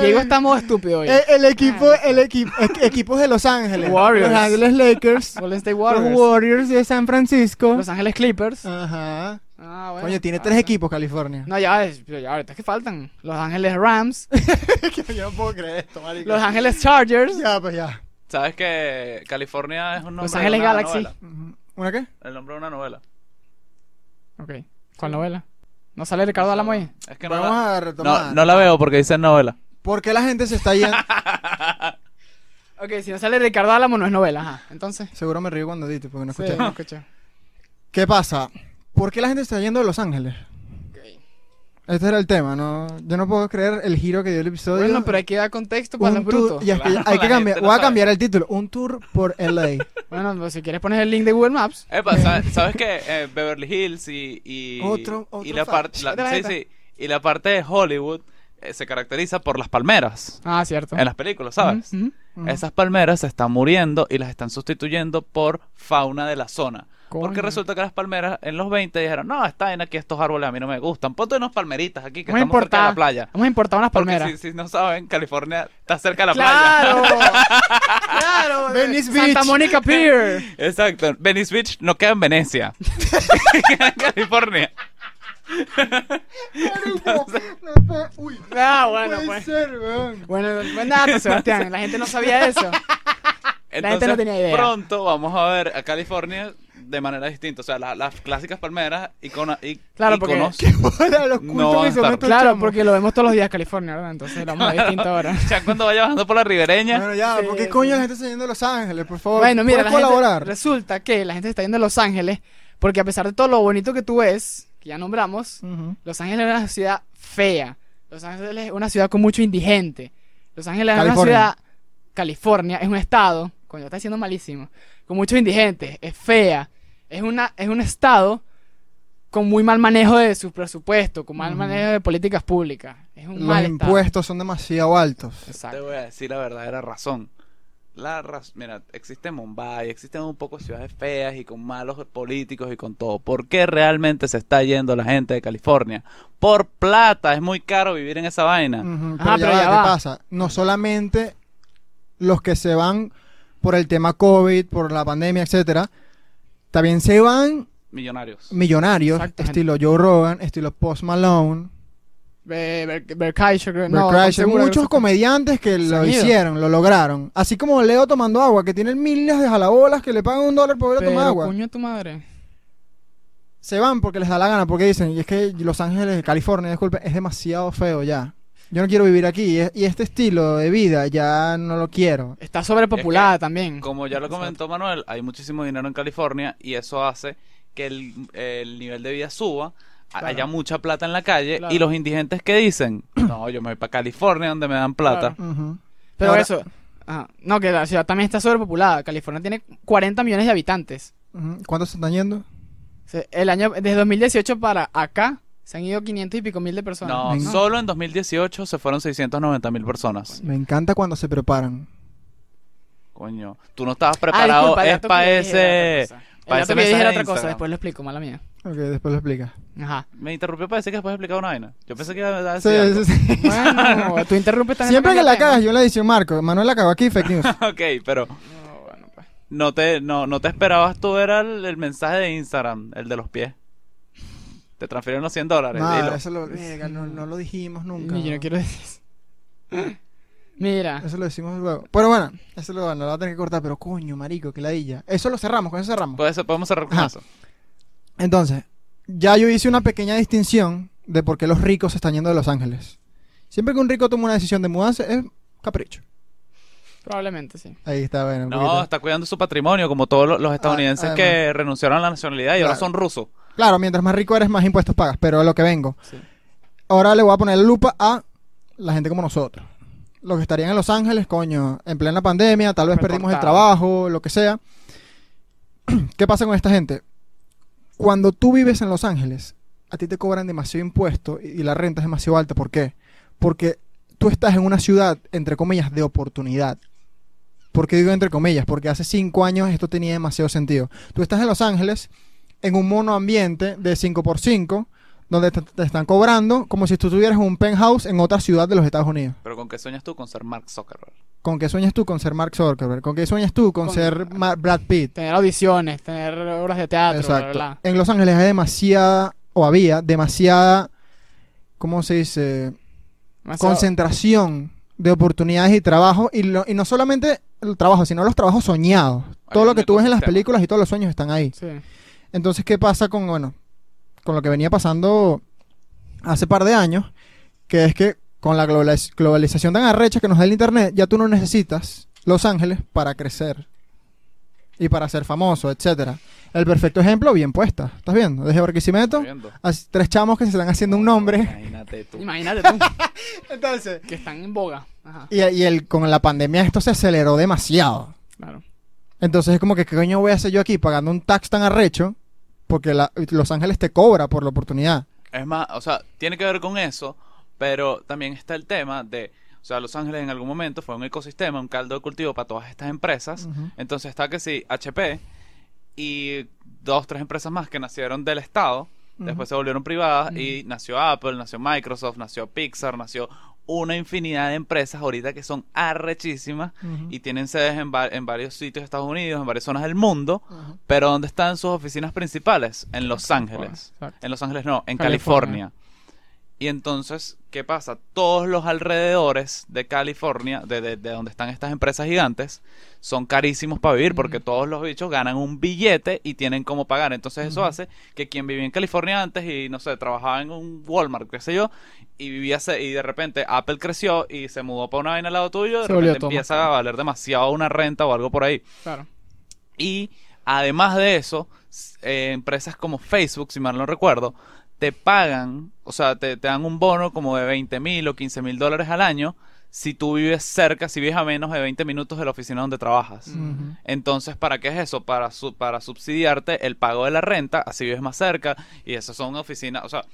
Speaker 3: Diego está modo estúpido hoy.
Speaker 1: Eh,
Speaker 2: Eh,
Speaker 3: Ah,
Speaker 1: el, el equipo, el equipo, equipos de Los Ángeles,
Speaker 3: Warriors.
Speaker 1: Los Ángeles Lakers,
Speaker 3: Golden State
Speaker 1: los
Speaker 3: Warriors.
Speaker 1: Warriors de San Francisco.
Speaker 3: Los Ángeles Clippers.
Speaker 1: Ajá.
Speaker 3: Ah, bueno.
Speaker 1: Coño, tiene
Speaker 3: Ah,
Speaker 1: tres
Speaker 3: sí.
Speaker 1: equipos California.
Speaker 3: No, ya, es- pero ya ahorita que faltan. Los Ángeles
Speaker 2: [laughs]
Speaker 3: Rams,
Speaker 1: [laughs] Yo no puedo creer esto, marico.
Speaker 3: Los Ángeles Chargers.
Speaker 1: Ya, pues ya.
Speaker 2: ¿Sabes que California es un nombre
Speaker 3: Los
Speaker 2: de
Speaker 3: Ángeles
Speaker 2: una
Speaker 3: Galaxy.
Speaker 2: novela?
Speaker 1: Ujú. ¿Una qué?
Speaker 2: El nombre de una novela.
Speaker 3: Ok. ¿Cuál novela? ¿No sale Ricardo Alamo ahí?
Speaker 2: Es que no
Speaker 1: Vamos
Speaker 2: la...
Speaker 1: a
Speaker 2: No,
Speaker 1: retomar.
Speaker 2: no la veo porque dice novela.
Speaker 1: ¿Por qué la gente se
Speaker 3: [laughs]
Speaker 1: está yendo?
Speaker 3: Ok, si no sale Ricardo Álamo no es novela, ajá. Entonces.
Speaker 1: Seguro me río cuando dices porque no
Speaker 3: Sí,
Speaker 1: escuché.
Speaker 2: Ah.
Speaker 3: no escuché.
Speaker 1: ¿Qué pasa? ¿Por qué la gente se está yendo de Los Ángeles? Este era el tema, ¿no? Yo no puedo creer el giro que dio el episodio.
Speaker 3: Bueno, pero hay que dar contexto para
Speaker 1: un
Speaker 3: los
Speaker 1: tour,
Speaker 3: brutos.
Speaker 1: y es que
Speaker 2: Claro,
Speaker 1: hay que cambiar,
Speaker 2: la gente no
Speaker 1: voy a
Speaker 2: sabe.
Speaker 1: cambiar el título, un tour por
Speaker 3: [laughs]
Speaker 1: LA.
Speaker 3: Bueno, pues, si quieres pones el link de Google Maps.
Speaker 2: Epa, ¿sabes, sabes que eh, Beverly Hills y, y,
Speaker 1: Otro- otro
Speaker 2: y la
Speaker 1: fact.
Speaker 2: parte la-
Speaker 3: De la
Speaker 2: sí,
Speaker 3: jeta.
Speaker 2: sí, y la parte de Hollywood eh, se caracteriza por las palmeras
Speaker 3: Ah, cierto.
Speaker 2: en las películas, ¿sabes?
Speaker 3: Ujú, ujú.
Speaker 1: Ujú.
Speaker 2: Esas palmeras se están muriendo y las están sustituyendo por fauna de la zona. Porque
Speaker 3: Coño.
Speaker 2: resulta que las palmeras en los 20 dijeron, no, están aquí estos árboles, a mí no me gustan. Ponte unas palmeritas aquí que
Speaker 3: Vamos a
Speaker 2: estamos cerca de la
Speaker 3: importar.
Speaker 2: playa.
Speaker 3: Vamos a importar unas
Speaker 2: Porque
Speaker 3: palmeras.
Speaker 2: Si, si no saben, California está cerca de la playa.
Speaker 3: ¡Claro!
Speaker 2: [laughs]
Speaker 3: ¡Claro!
Speaker 1: Venice
Speaker 3: Santa
Speaker 1: Beach. [laughs]
Speaker 3: Mónica Pier.
Speaker 2: Exacto. Venice Beach no queda en Venecia. queda en California.
Speaker 1: No puedo- uy, no
Speaker 3: [laughs] Ah, bueno,
Speaker 1: puede
Speaker 3: pues.
Speaker 1: ser, weón.
Speaker 3: Bueno, buen dato, Sebastián. La gente no sabía eso. [laughs] La gente
Speaker 2: Entonces,
Speaker 3: no tenía idea.
Speaker 2: pronto vamos a ver a California de manera distinta. O sea, la- las clásicas palmeras, icona, i-
Speaker 3: Claro, porque- [laughs]
Speaker 2: iconos.
Speaker 1: [laughs] Hola, los
Speaker 2: No
Speaker 1: cultos
Speaker 2: van a
Speaker 1: que son
Speaker 2: estar.
Speaker 1: estos
Speaker 3: Claro,
Speaker 1: chamos.
Speaker 3: porque lo vemos todos los días California, ¿verdad? Entonces lo vamos a ver distinto [laughs] ahora.
Speaker 2: [laughs] Ya cuando vaya bajando por la ribereña,
Speaker 1: Bueno, ya,
Speaker 3: Sí,
Speaker 1: ¿por qué
Speaker 3: sí.
Speaker 1: coño la gente está yendo a Los Ángeles? Por favor,
Speaker 3: Bueno, mira, la
Speaker 1: ¿puedes
Speaker 3: gente-
Speaker 1: colaborar?
Speaker 3: resulta que la gente está yendo a Los Ángeles porque a pesar de todo lo bonito que tú ves, que ya nombramos,
Speaker 1: Ujú.
Speaker 3: Los Ángeles era una ciudad fea. Los Ángeles es una ciudad con mucho indigente. Los Ángeles es una
Speaker 1: California.
Speaker 3: ciudad. California es un estado. Coño, está diciendo malísimo. Con muchos indigentes. Es fea. Es, una, es un estado con muy mal manejo de su presupuesto, con mal
Speaker 1: Ujú.
Speaker 3: manejo de políticas públicas. Es un
Speaker 1: Los
Speaker 3: mal estado.
Speaker 1: impuestos son demasiado altos.
Speaker 2: te
Speaker 3: Exacto.
Speaker 2: voy a decir la verdadera razón. La raz- Mira, existe Mumbai, existen un poco ciudades feas y con malos políticos y con todo. ¿Por qué realmente se está yendo la gente de California? Por plata, es muy caro vivir en esa vaina.
Speaker 1: Ujú,
Speaker 3: Ajá, pero ya
Speaker 1: ¿qué
Speaker 3: va.
Speaker 1: pasa? No solamente los que se van por el tema COVID, por la pandemia, etcétera, también se van
Speaker 2: Millonarios.
Speaker 1: millonarios,
Speaker 3: Exactamente.
Speaker 1: estilo Joe Rogan, estilo Post Malone,
Speaker 3: Be- Ber- Berkshire, creo-
Speaker 1: Bert
Speaker 3: no,
Speaker 1: Kreischer,
Speaker 3: estoy seguro que
Speaker 1: muchos
Speaker 3: eso-
Speaker 1: comediantes que
Speaker 3: Se han
Speaker 1: lo
Speaker 3: ido.
Speaker 1: hicieron, lo lograron. Así como Leo tomando agua, que tienen miles de jalabolas que le pagan un dólar por ver a
Speaker 3: Pero,
Speaker 1: tomar agua.
Speaker 3: coño, tu madre.
Speaker 1: Se van porque les da la gana, porque dicen, y es que Los Ángeles, California, disculpe, es demasiado feo ya. Yo no quiero vivir aquí y es- y este estilo de vida ya no lo quiero.
Speaker 3: Está sobrepopulada también.
Speaker 2: Como ya lo comentó Manuel, hay muchísimo dinero en California y eso hace que el, el nivel de vida suba, a-
Speaker 3: Claro.
Speaker 2: haya mucha plata en la calle
Speaker 3: Claro.
Speaker 2: y los indigentes que
Speaker 3: [clears throat]
Speaker 2: dicen, no, yo me voy para California donde me dan plata.
Speaker 1: Ujú.
Speaker 3: Pero
Speaker 1: Ahora-
Speaker 3: eso. ajá. No, que la ciudad también está sobrepopulada. California tiene 40 millones de habitantes.
Speaker 1: Ujú. ¿Cuántos se están yendo?
Speaker 3: O sea, el año, desde 2018 para acá, se han ido 500 y pico mil de personas.
Speaker 2: No,
Speaker 1: Venga.
Speaker 2: solo en 2018 se fueron 690 mil personas.
Speaker 1: Me encanta cuando se preparan.
Speaker 2: Coño, tú no estabas
Speaker 3: Ah,
Speaker 2: preparado,
Speaker 3: disculpa, el
Speaker 2: es
Speaker 3: dato
Speaker 2: para
Speaker 3: que dije era
Speaker 2: ese...
Speaker 3: otra cosa. El
Speaker 2: pa'
Speaker 3: dato
Speaker 2: ese
Speaker 3: que yo dije
Speaker 2: mensaje
Speaker 3: era
Speaker 2: de
Speaker 3: otra cosa,
Speaker 2: Instagram.
Speaker 3: después lo explico, mala mía.
Speaker 1: Ok, después lo explicas.
Speaker 3: Ajá.
Speaker 2: Me interrumpió para decir que después explicaba una vaina. Yo pensé que iba a
Speaker 1: Sí,
Speaker 2: decir algo.
Speaker 1: sí, sí.
Speaker 3: Bueno, tú interrumpes Ah, [laughs] también.
Speaker 1: Siempre que la
Speaker 3: tema.
Speaker 1: cagas, yo la edición marco. Manuel la cagó aquí, fake
Speaker 3: [laughs]
Speaker 1: news.
Speaker 2: [laughs] Ok, pero
Speaker 3: No, bueno, pues.
Speaker 2: no te, no, no te esperabas tú era el, el mensaje de Instagram, el de los pies. Te transfirieron los 100 dólares.
Speaker 1: Nada,
Speaker 2: dilo.
Speaker 1: eso lo, verga, no, no lo dijimos nunca.
Speaker 3: Ni yo Ah. no quiero decir eso. [laughs] Mira,
Speaker 1: Eso lo decimos luego. Pero bueno, eso lo, no lo va a tener que cortar. Pero coño, marico, que ladilla. Eso lo cerramos, con eso cerramos.
Speaker 2: Puede ser- podemos cerrar con
Speaker 1: Ajá.
Speaker 2: eso.
Speaker 1: Entonces, ya yo hice una pequeña distinción de por qué los ricos se están yendo de Los Ángeles. Siempre que un rico toma una decisión de mudanza, es capricho.
Speaker 3: probablemente sí.
Speaker 1: Ahí está, bueno. un
Speaker 2: No,
Speaker 1: poquito. Ah,
Speaker 2: está cuidando su patrimonio, como todos lo- los estadounidenses
Speaker 1: además.
Speaker 2: que renunciaron a la nacionalidad y ahora
Speaker 1: Claro.
Speaker 2: son rusos.
Speaker 1: Claro, mientras más rico eres, más impuestos pagas. Pero a lo que vengo.
Speaker 3: Sí.
Speaker 1: Ahora le voy a poner la lupa a la gente como nosotros. Los que estarían en Los Ángeles, coño, en plena pandemia, tal vez perdimos el
Speaker 3: Recortado.
Speaker 1: trabajo, lo que sea. [clears throat] ¿Qué pasa con esta gente? Cuando tú vives en Los Ángeles, a ti te cobran demasiado impuesto y y la renta es demasiado alta. ¿Por qué? porque tú estás en una ciudad, entre comillas, de oportunidad. ¿Por qué digo entre comillas? Porque hace cinco años esto tenía demasiado sentido. Tú estás en Los Ángeles, en un monoambiente de 5x5, donde te, te están cobrando como si tú tuvieras un penthouse en otra ciudad de los Estados Unidos.
Speaker 2: Pero ¿con qué sueñas tú con ser Mark Zuckerberg?
Speaker 1: ¿Con qué sueñas tú con ser Mark Zuckerberg? ¿Con qué sueñas tú con,
Speaker 3: Con-
Speaker 1: ser Ma- Brad Pitt?
Speaker 3: Tener audiciones, tener obras de teatro, bla, bla,
Speaker 1: Exacto.
Speaker 3: bla.
Speaker 1: En Los Ángeles hay demasiada, o había demasiada, ¿cómo se dice?
Speaker 3: Demasiado-
Speaker 1: Concentración de oportunidades y trabajo, y, lo- y no solamente el trabajo, sino los trabajos soñados. Todo
Speaker 2: un
Speaker 1: lo que tú ves en las
Speaker 2: ecosistema.
Speaker 1: películas y todos los sueños están ahí.
Speaker 3: Sí.
Speaker 1: Entonces, ¿qué pasa con, bueno, con lo que venía pasando hace par de años? Que es que con la globaliz- globalización tan arrecha que nos da el Internet, ya tú no necesitas Los Ángeles para crecer y para ser famoso, etcétera. El perfecto ejemplo, bien puesta. ¿Estás viendo? Desde Barquisimeto,
Speaker 2: Viendo.
Speaker 1: a tres chamos que se están haciendo un nombre. [laughs]
Speaker 2: Imagínate tú.
Speaker 3: Imagínate tú,
Speaker 1: Entonces...
Speaker 3: que están en boga. Ajá,
Speaker 1: Y, y el, con la pandemia esto se aceleró demasiado.
Speaker 3: claro.
Speaker 1: Entonces es como que, ¿qué coño voy a hacer yo aquí pagando un tax tan arrecho? Porque la- Los Ángeles te cobra por la oportunidad.
Speaker 2: Es más, o sea, tiene que ver con eso, pero también está el tema de, o sea, Los Ángeles en algún momento fue un ecosistema, un caldo de cultivo para todas estas empresas.
Speaker 1: Ujú.
Speaker 2: Entonces está que sí, HP y dos, tres empresas más que nacieron del Estado, después se volvieron privadas y nació Apple, nació Microsoft, nació Pixar, nació una infinidad de empresas ahorita que son arrechísimas
Speaker 1: Ujú.
Speaker 2: y tienen sedes en, va- en varios sitios de Estados Unidos, en varias zonas del mundo,
Speaker 1: Ujú.
Speaker 2: pero ¿dónde están sus oficinas principales? En Los Ángeles.
Speaker 3: Exacto.
Speaker 2: En Los Ángeles no, en
Speaker 3: California.
Speaker 2: California. Y entonces, ¿qué pasa? Todos los alrededores de California, de, de- de donde están estas empresas gigantes, son carísimos para vivir porque
Speaker 3: Ujú.
Speaker 2: todos los bichos ganan un billete y tienen cómo pagar. Entonces eso
Speaker 1: Ujú.
Speaker 2: hace que quien vivía en California antes y, no sé, trabajaba en un Walmart, qué sé yo, y vivía se- y de repente Apple creció y se mudó para una vaina al lado tuyo, de
Speaker 3: Se volvió
Speaker 2: repente
Speaker 3: todo más
Speaker 2: empieza
Speaker 3: caro.
Speaker 2: a valer demasiado una renta o algo por ahí.
Speaker 3: Claro.
Speaker 2: Y además de eso, s- eh, empresas como Facebook, si mal no recuerdo, te pagan, o sea, te, te dan un bono como de 20 mil o 15 mil dólares al año si tú vives cerca, si vives a menos de 20 minutos de la oficina donde trabajas.
Speaker 3: Mm.
Speaker 1: Ujú.
Speaker 2: Entonces, ¿para qué es eso? Para, su- para subsidiarte el pago de la renta, así vives más cerca. Y eso son oficinas, o sea,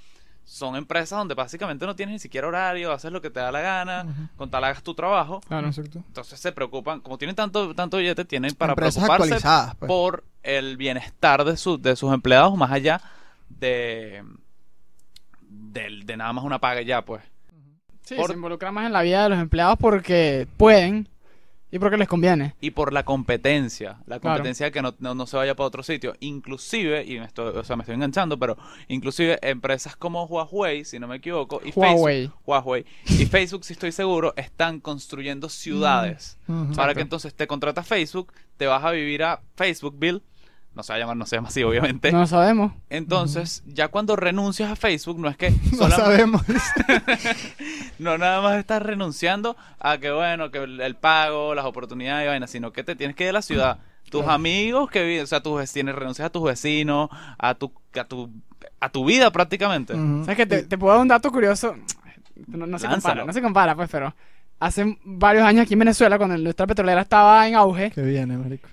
Speaker 2: son empresas donde básicamente no tienes ni siquiera horario, haces lo que te da la gana,
Speaker 1: Ujú.
Speaker 2: con tal hagas tu trabajo.
Speaker 3: Claro.
Speaker 1: Exacto.
Speaker 2: Entonces se preocupan, como tienen tanto, tanto billete, tienen para
Speaker 1: Empresas
Speaker 2: preocuparse
Speaker 1: actualizadas. pues.
Speaker 2: por el bienestar de, sus de sus empleados más allá de, del- de nada más una paga y ya, pues.
Speaker 3: Sí,
Speaker 2: Por-
Speaker 3: se involucran más en la vida de los empleados porque pueden y porque les conviene.
Speaker 2: Y por la competencia, la
Speaker 3: Claro.
Speaker 2: competencia de que no, no- no se vaya para otro sitio. Inclusive, y me estoy, o sea, me estoy enganchando, pero inclusive empresas como Huawei, si no me equivoco, y Facebook,
Speaker 3: Huawei.
Speaker 2: Huawei y Facebook, si estoy seguro, están construyendo ciudades.
Speaker 3: Mm,
Speaker 1: Ujú.
Speaker 2: Para que entonces te contratas Facebook, te vas a vivir a Facebookville, no se va a llamar, no se llama así, obviamente.
Speaker 3: No lo sabemos.
Speaker 2: Mm. Entonces, ya cuando renuncias a Facebook, no es
Speaker 3: [laughs]
Speaker 2: que
Speaker 1: [laughs] No
Speaker 2: solamente-
Speaker 1: sabemos.
Speaker 2: este. [laughs] No, nada más estás renunciando a que, bueno, que el, el pago, las oportunidades y vainas, sino que te tienes que ir de la
Speaker 3: [clears throat]
Speaker 2: ciudad. Tus
Speaker 3: Claro.
Speaker 2: amigos que viven, o sea, tus vecinos, renuncias a tus vecinos, a tu, a tu, a tu vida prácticamente.
Speaker 1: Ujú.
Speaker 3: ¿Sabes que te, te puedo dar un dato curioso? No, no se compara,
Speaker 2: Lánzalo.
Speaker 3: no se compara, pues, pero hace varios años aquí en Venezuela, cuando la industria petrolera estaba en auge,
Speaker 1: Que viene, marico.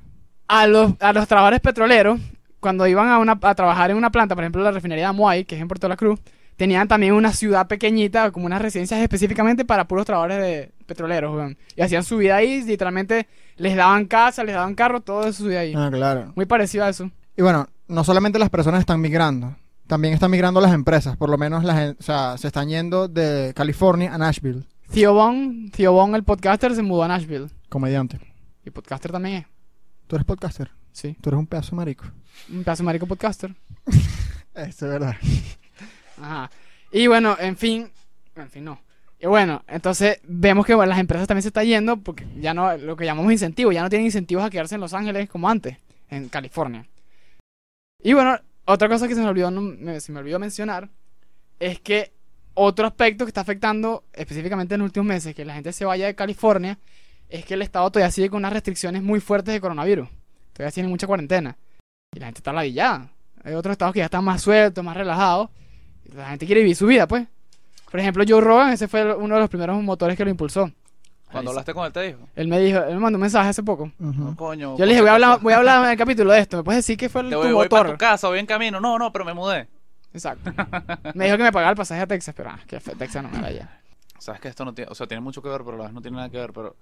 Speaker 3: a los, a los trabajadores petroleros, cuando iban a, una, a trabajar en una planta, por ejemplo, la refinería de Amoay, que es en Puerto La Cruz, tenían también una ciudad pequeñita, como unas residencias específicamente para puros trabajadores de petroleros, weón. Y hacían su vida ahí, literalmente les daban casa, les daban carro, todo eso su vida ahí.
Speaker 1: Ah, claro.
Speaker 3: Muy parecido a eso.
Speaker 1: Y bueno, no solamente las personas están migrando, también están migrando las empresas. Por lo menos las, en- o sea, se están yendo de California a Nashville,
Speaker 3: Theo Von, Theo Von, el podcaster, se mudó a Nashville.
Speaker 1: comediante.
Speaker 3: Y podcaster también es.
Speaker 1: Tú eres podcaster,
Speaker 3: Sí.
Speaker 1: tú eres un pedazo de marico.
Speaker 3: Un pedazo de marico podcaster.
Speaker 1: Eso es verdad.
Speaker 3: Ajá. Y bueno, en fin. En fin, no. Y bueno, entonces vemos que bueno, las empresas también se están yendo porque ya no, lo que llamamos incentivos, ya no tienen incentivos a quedarse en Los Ángeles como antes, en California. Y bueno, otra cosa que se me olvidó, no- me- se me olvidó mencionar es que otro aspecto que está afectando específicamente en los últimos meses que la gente se vaya de California es que el estado todavía sigue con unas restricciones muy fuertes de coronavirus. Todavía tienen mucha cuarentena. Y la gente está ladillada. Hay otros estados que ya están más sueltos, más relajados. La gente quiere vivir su vida, pues. Por ejemplo, Joe Rogan, ese fue el- uno de los primeros motores que lo impulsó.
Speaker 2: Cuando hablaste con él te dijo,
Speaker 3: Él me dijo, él me mandó un mensaje hace poco.
Speaker 1: Ujú.
Speaker 2: no, coño.
Speaker 3: Yo le dije,
Speaker 2: por
Speaker 3: voy a
Speaker 2: si
Speaker 3: hablar,
Speaker 2: acaso,
Speaker 3: voy a hablar
Speaker 2: [laughs]
Speaker 3: en el capítulo de esto. ¿Me puedes decir qué fue el,
Speaker 2: Te
Speaker 3: tu
Speaker 2: voy, voy para
Speaker 3: motor?
Speaker 2: tu casa, voy en camino. No, no, pero me mudé. [laughs]
Speaker 3: Exacto. me dijo que me pagaba el pasaje a Texas, pero ah, que fue- Texas no me da ya.
Speaker 2: O Sabes que esto no tiene, o sea, tiene mucho que ver, pero a la vez no tiene nada que ver, pero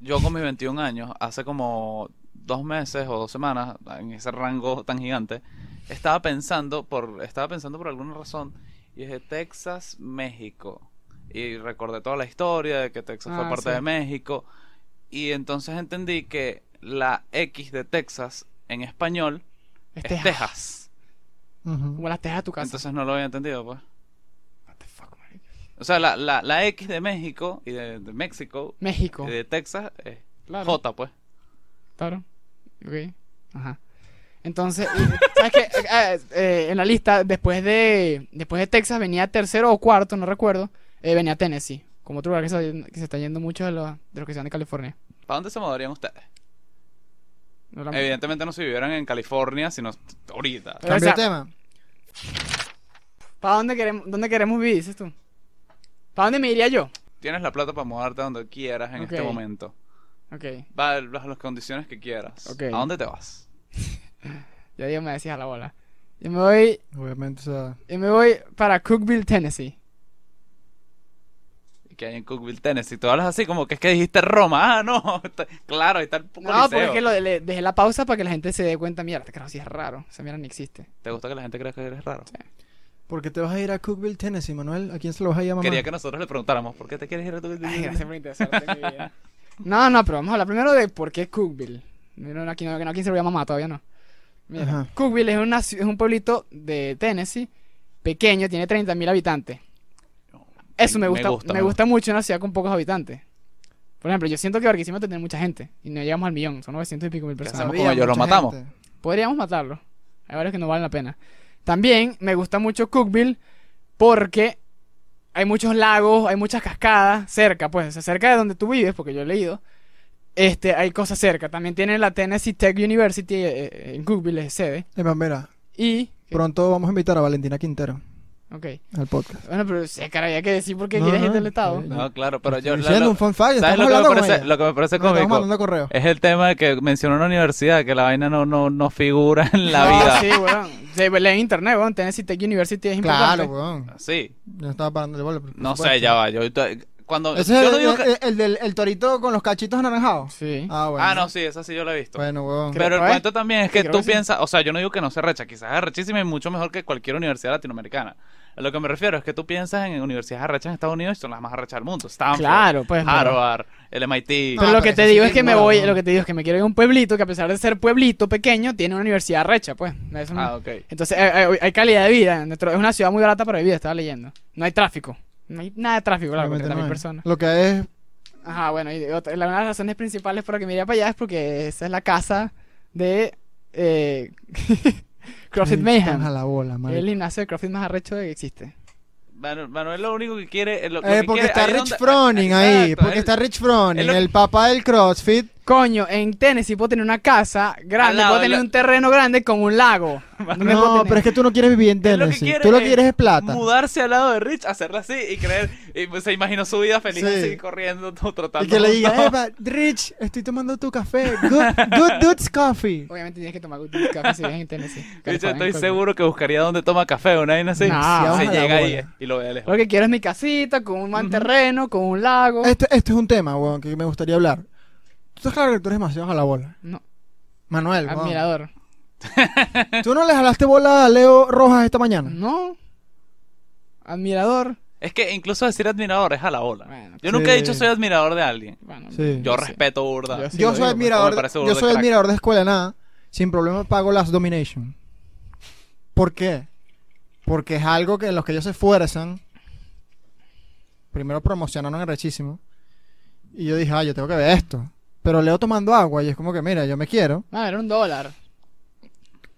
Speaker 2: yo con mis 21 años, hace como dos meses o dos semanas, en ese rango tan gigante, estaba pensando por, estaba pensando por alguna razón y dije Texas, México. Y recordé toda la historia de que Texas fue
Speaker 3: Ah,
Speaker 2: parte
Speaker 3: sí.
Speaker 2: de México. Y entonces entendí que la X de Texas en español
Speaker 3: Este Es
Speaker 2: es
Speaker 3: Texas.
Speaker 2: Texas.
Speaker 1: Ujú.
Speaker 3: Como las tejas de tu casa.
Speaker 2: Entonces no lo había entendido, pues.
Speaker 3: What the fuck, marico.
Speaker 2: O sea, la, la, la X de México y de, de México
Speaker 3: México.
Speaker 2: y de Texas es
Speaker 3: Claro.
Speaker 2: J, pues.
Speaker 3: Claro. Ok. Ajá. Entonces, y- [laughs] ¿sabes qué? Eh, eh, eh, en la lista, después de, después de Texas, venía tercero o cuarto, no recuerdo. eh, venía Tennessee. Como otro lugar que se, que se está yendo mucho de, los- de los que se van de California.
Speaker 2: ¿Para dónde se mudarían ustedes?
Speaker 3: No la-
Speaker 2: Evidentemente no se vivieran en California, sino ahorita.
Speaker 3: Pero, o
Speaker 1: Cambio de
Speaker 3: sea,
Speaker 1: tema.
Speaker 3: ¿Para dónde queremos, dónde queremos vivir, dices tú? ¿Para dónde me iría yo?
Speaker 2: Tienes la plata para mudarte a donde quieras en este
Speaker 3: Ok.
Speaker 2: momento.
Speaker 3: Ok.
Speaker 2: Va a las las condiciones que quieras.
Speaker 3: Ok.
Speaker 2: ¿A dónde te vas?
Speaker 3: Ya Dios me decías a la bola. Yo me voy,
Speaker 1: Obviamente, o sea,
Speaker 3: yo me voy para Cookville, Tennessee.
Speaker 2: Que hay en Cookville, Tennessee. Tú hablas así como que es que dijiste Roma. Ah, no. [laughs] está- claro, ahí está el
Speaker 3: No,
Speaker 2: coliseo.
Speaker 3: porque es que lo, le dejé la pausa para que la gente se dé cuenta. Mierda, este carajo sí es raro. Esa mierda ni existe.
Speaker 2: ¿Te gusta que la gente crea que eres raro?
Speaker 1: ¿por qué te vas a ir a Cookville, Tennessee, Manuel? ¿A quién se lo vas a ir a mamá?
Speaker 2: Quería que nosotros le preguntáramos, ¿por qué te quieres ir a tu
Speaker 3: Ay, gracias por interesarte en mi vida. [laughs] No, no, pero vamos a hablar primero de por qué Cookville. No, no, aquí, no, no, aquí se lo voy a mamar, todavía no. Mira,
Speaker 1: Ajá.
Speaker 3: Cookville es, una ci- es un pueblito de Tennessee, pequeño, tiene 30.000 habitantes. Eso me gusta, me gusta, mucho una ciudad con pocos habitantes. Por ejemplo, yo siento que Barquisimeto tiene mucha gente y no llegamos al millón, son 900 y pico mil personas.
Speaker 2: hacemos
Speaker 1: Había
Speaker 2: como yo, lo
Speaker 1: mucha
Speaker 2: matamos.
Speaker 1: gente.
Speaker 3: Podríamos matarlo. Hay varios que no valen la pena. También me gusta mucho Cookville porque hay muchos lagos, hay muchas cascadas cerca, pues, o sea, cerca de donde tú vives, porque yo he leído. Este, hay cosas cerca. También tiene la Tennessee Tech University eh, eh, en Cookville, es sede.
Speaker 1: Eh, pues, mira,
Speaker 3: Y.
Speaker 1: pronto vamos a invitar a Valentina Quintero
Speaker 3: Ok.
Speaker 1: al podcast.
Speaker 3: Bueno, pero se cara, había que decir por qué
Speaker 1: No,
Speaker 3: quieres
Speaker 1: no, eh,
Speaker 3: irte del Estado.
Speaker 1: está
Speaker 2: No, claro, pero yo...
Speaker 1: Estoy
Speaker 2: la-
Speaker 1: diciendo
Speaker 2: lo-
Speaker 1: un fun fact,
Speaker 2: ¿Sabes
Speaker 1: estamos
Speaker 2: lo que, me
Speaker 1: hablando con
Speaker 2: parece,
Speaker 1: ella.
Speaker 2: lo que me
Speaker 1: Nos
Speaker 2: parece
Speaker 1: estamos
Speaker 2: cómico?
Speaker 1: mandando correo.
Speaker 2: Es el tema de que mencionó una universidad, que la vaina no, no, no figura en la
Speaker 3: No,
Speaker 2: vida.
Speaker 3: Sí, bueno. Se lee en internet, bueno. Tennessee Tech University es importante.
Speaker 1: Claro, weón.
Speaker 2: Sí,
Speaker 1: Yo estaba parando el bola. por
Speaker 2: no
Speaker 1: supuesto.
Speaker 2: sé, ya va. Yo, cuando,
Speaker 1: Ese
Speaker 2: yo
Speaker 1: es
Speaker 2: no
Speaker 1: el,
Speaker 2: digo que-
Speaker 1: el- el del el torito con los cachitos anaranjados.
Speaker 3: Sí.
Speaker 1: Ah, bueno.
Speaker 2: Ah, no, sí, esa sí yo la he visto.
Speaker 1: Bueno, weón.
Speaker 3: Creo-
Speaker 2: Pero el
Speaker 3: ¿eh?
Speaker 2: cuento también es que
Speaker 3: creo
Speaker 2: tú
Speaker 3: que sí.
Speaker 2: piensas, o sea, yo no digo que no sea recha, quizás es rechísima y mucho mejor que cualquier universidad latinoamericana. A lo que me refiero es que tú piensas en universidades arrechas en Estados Unidos y son las más arrechas del mundo. Stanford,
Speaker 3: Claro, pues. bueno.
Speaker 2: Harvard, el MIT.
Speaker 3: Pero
Speaker 1: Ah,
Speaker 3: lo que
Speaker 1: pero
Speaker 3: te
Speaker 1: eso sí
Speaker 3: digo
Speaker 1: que
Speaker 3: es que me
Speaker 1: mola,
Speaker 3: voy,
Speaker 1: ¿no?
Speaker 3: lo que te digo es que me quiero ir a un pueblito que a pesar de ser pueblito pequeño, tiene una universidad recha, pues. Eso no-
Speaker 2: Ah, ok.
Speaker 3: Entonces hay, hay- hay calidad de vida. Nuestro- es una ciudad muy barata para vivir, estaba leyendo. No hay tráfico. No hay nada de tráfico, claro, porque
Speaker 1: Obviamente no
Speaker 3: mil
Speaker 1: es.
Speaker 3: personas.
Speaker 1: Lo que es
Speaker 3: Ajá, bueno, y otra- la- una de las razones principales por la que me iría para allá es porque esa es la casa de eh, [laughs] CrossFit
Speaker 1: Ay, A
Speaker 3: Mayhem.
Speaker 1: la bola,
Speaker 3: Es
Speaker 1: marico.
Speaker 3: El gimnasio de CrossFit más arrecho que existe.
Speaker 2: Manu- Manuel lo único que quiere es lo, lo
Speaker 1: Eh,
Speaker 2: que
Speaker 1: porque
Speaker 2: quiere-
Speaker 1: está
Speaker 2: ahí es
Speaker 1: Rich
Speaker 2: donde-
Speaker 1: Froning
Speaker 2: ah,
Speaker 1: ahí,
Speaker 2: exacto,
Speaker 1: porque
Speaker 2: él-
Speaker 1: está Rich Froning,
Speaker 2: él lo-
Speaker 1: el papá del
Speaker 2: [laughs]
Speaker 1: CrossFit.
Speaker 3: Coño, en Tennessee puedo tener una casa grande,
Speaker 2: lado
Speaker 3: puedo
Speaker 2: de
Speaker 3: tener
Speaker 2: la-
Speaker 3: un terreno grande con un lago.
Speaker 1: No,
Speaker 3: me puedo tener-
Speaker 1: pero es que tú no quieres vivir en
Speaker 2: él lo que
Speaker 1: Tennessee,
Speaker 2: quiere
Speaker 1: tú lo que
Speaker 2: es
Speaker 1: quieres es plata.
Speaker 2: Mudarse al lado de Rich, hacerla así y creer. Y pues, se imaginó su vida feliz
Speaker 1: Sí.
Speaker 2: así corriendo, [laughs] todo trotando.
Speaker 1: Y que le diga, "Eh,
Speaker 2: juntos.
Speaker 1: Eva, Rich, estoy tomando tu café, good, good dude's coffee.
Speaker 3: Obviamente tienes que tomar un café si vives
Speaker 2: [laughs]
Speaker 3: en Tennessee.
Speaker 2: Rich,
Speaker 3: California,
Speaker 2: estoy
Speaker 3: en
Speaker 2: seguro que buscaría donde toma café, una vaina así.
Speaker 3: No.
Speaker 1: Vamos a
Speaker 2: se
Speaker 1: la
Speaker 2: llega ahí
Speaker 1: bola.
Speaker 2: y lo ve de lejos.
Speaker 3: Lo que quiero es mi casita, con un buen terreno, con un lago.
Speaker 1: Esto, esto Este, es un tema, weón, que me gustaría hablar. Tú estás claro que tú eres demasiado a la bola.
Speaker 3: No,
Speaker 1: Manuel, weón,
Speaker 3: admirador.
Speaker 1: ¿tú no le jalaste bola a Leo Rojas esta mañana?
Speaker 3: No. Admirador.
Speaker 2: Es que incluso decir admirador es a la ola.
Speaker 3: Bueno,
Speaker 2: yo nunca he
Speaker 1: sí.
Speaker 2: dicho soy admirador de alguien.
Speaker 3: Bueno,
Speaker 1: Sí.
Speaker 2: Yo
Speaker 3: no sé.
Speaker 2: respeto burda.
Speaker 3: Yo sí
Speaker 1: yo
Speaker 3: lo
Speaker 1: soy
Speaker 3: digo,
Speaker 1: admirador,
Speaker 2: me parece
Speaker 1: yo
Speaker 2: burda de
Speaker 1: soy
Speaker 2: crack.
Speaker 1: admirador de escuela de nada. Sin problema pago las domination. ¿Por qué? Porque es algo que en los que ellos se esfuerzan. Primero promocionaron rechísimo. Y yo dije, ah, yo tengo que ver esto. Pero leo tomando agua y es como que, mira, yo me quiero.
Speaker 3: pero- Ah, era un dólar.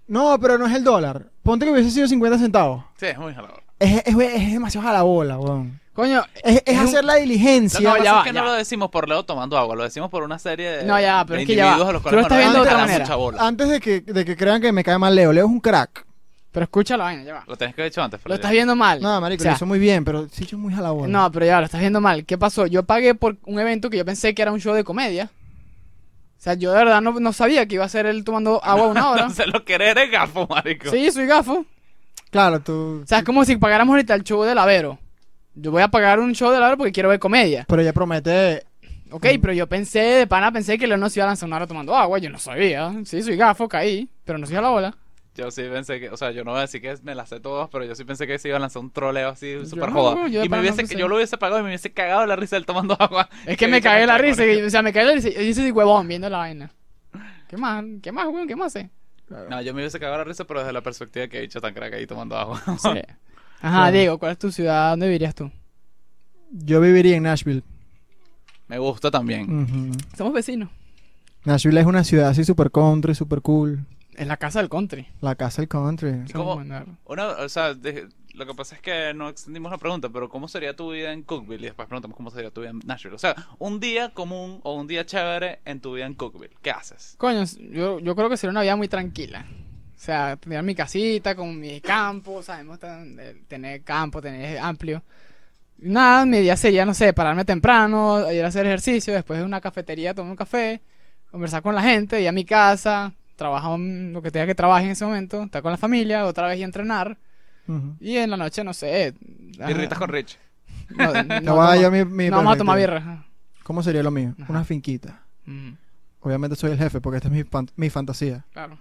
Speaker 1: No, pero no es el dólar. Ponte que hubiese sido 50 centavos.
Speaker 2: Sí, es muy jalador.
Speaker 1: Es, es- es demasiado a la bola, weón.
Speaker 3: Coño,
Speaker 1: Es, es
Speaker 3: Es un-
Speaker 1: hacer la
Speaker 2: Lo
Speaker 1: diligencia.
Speaker 2: que pasa
Speaker 3: ya
Speaker 2: es
Speaker 3: va,
Speaker 2: que
Speaker 3: ya.
Speaker 2: no lo decimos por Leo tomando agua, lo decimos por una serie de,
Speaker 3: No, ya va, pero
Speaker 2: de
Speaker 3: es que ya va.
Speaker 2: individuos a los
Speaker 3: Tú
Speaker 2: cuales
Speaker 3: lo estás
Speaker 2: Manuel
Speaker 1: viendo de
Speaker 2: le
Speaker 1: otra
Speaker 2: da
Speaker 3: manera. Ah.
Speaker 2: mucha bola.
Speaker 1: Antes de que, de que crean que me cae mal Leo. Leo es un crack.
Speaker 3: pero escucha la vaina, ya va.
Speaker 2: Lo tenés que haber dicho antes.
Speaker 3: Lo
Speaker 2: Freddy.
Speaker 3: estás viendo mal.
Speaker 1: No, marico,
Speaker 3: O sea,
Speaker 1: lo hizo muy bien, pero sí, yo muy a la bola.
Speaker 3: No, pero ya va, lo estás viendo mal. ¿Qué pasó? Yo pagué por un evento que yo pensé que era un show de comedia. O sea, yo de verdad no, no sabía que iba a ser él tomando agua
Speaker 2: [laughs]
Speaker 3: una hora.
Speaker 2: No se lo querés, eres gafo, marico.
Speaker 3: sí, soy gafo.
Speaker 1: Claro, tú.
Speaker 3: O sea, es como si pagáramos ahorita el show del Avero. yo voy a pagar un show de la hora porque quiero ver comedia.
Speaker 1: Pero ella promete.
Speaker 3: Ok, pero yo pensé, de pana pensé que León se iba a lanzar una hora tomando agua. Yo no sabía. Sí, soy gafo, caí, pero no soy a la bola.
Speaker 2: Yo sí pensé que, o sea, yo no voy a decir que me las sé todas, pero yo sí pensé que se iba a lanzar un troleo así súper
Speaker 3: no,
Speaker 2: joda.
Speaker 3: yo de
Speaker 2: Y me
Speaker 3: pana
Speaker 2: hubiese,
Speaker 3: no sé.
Speaker 2: yo lo hubiese pagado y me hubiese cagado la risa del tomando [laughs] agua.
Speaker 3: Es que me cagué la risa. y- o sea, me cagué la risa. y Yo soy huevón viendo la vaina. ¿Qué más? ¿Qué más, weón? ¿Qué más [laughs] sé?
Speaker 2: No, yo me hubiese cagado la risa, pero desde la perspectiva que he dicho tan crack ahí tomando agua. [laughs]
Speaker 3: Sí. Ajá,
Speaker 1: Claro.
Speaker 3: Diego, ¿cuál es tu ciudad? ¿Dónde vivirías tú?
Speaker 1: Yo viviría en Nashville.
Speaker 2: me gusta también.
Speaker 1: Ujú.
Speaker 3: Somos vecinos.
Speaker 1: Nashville es una ciudad así super country, super cool.
Speaker 3: Es la casa del country.
Speaker 1: La casa del country.
Speaker 2: ¿Cómo?
Speaker 3: Somos buenos.
Speaker 2: Una, o sea, de- lo que pasa es que no extendimos la pregunta, pero ¿cómo sería tu vida en Cookville? Y después preguntamos cómo sería tu vida en Nashville. O sea, un día común o un día chévere en tu vida en Cookville. ¿Qué haces?
Speaker 3: Coño, yo, yo creo que sería una vida muy tranquila. O sea, tener mi casita con mi campo, sabemos tan- eh, tener campo, tener amplio. Nada, mi día sería, no sé, pararme temprano, ir a hacer ejercicio, después de una cafetería tomar un café, conversar con la gente, ir a mi casa, trabajar un- lo que tenga que trabajar en ese momento, estar con la familia, otra vez y entrenar.
Speaker 1: Ujú.
Speaker 3: Y en la noche, no sé. ajá,
Speaker 2: Birritas con Rich. [laughs]
Speaker 3: No, no,
Speaker 1: Te voy a dar
Speaker 3: toma-
Speaker 1: yo mi- mi
Speaker 3: no vamos
Speaker 1: perspectiva.
Speaker 3: a tomar birra. ajá.
Speaker 1: ¿Cómo sería lo mío?
Speaker 3: Ajá.
Speaker 1: Una finquita.
Speaker 3: Mm,
Speaker 1: Obviamente soy el jefe porque esta es mi, fan- mi fantasía.
Speaker 3: claro.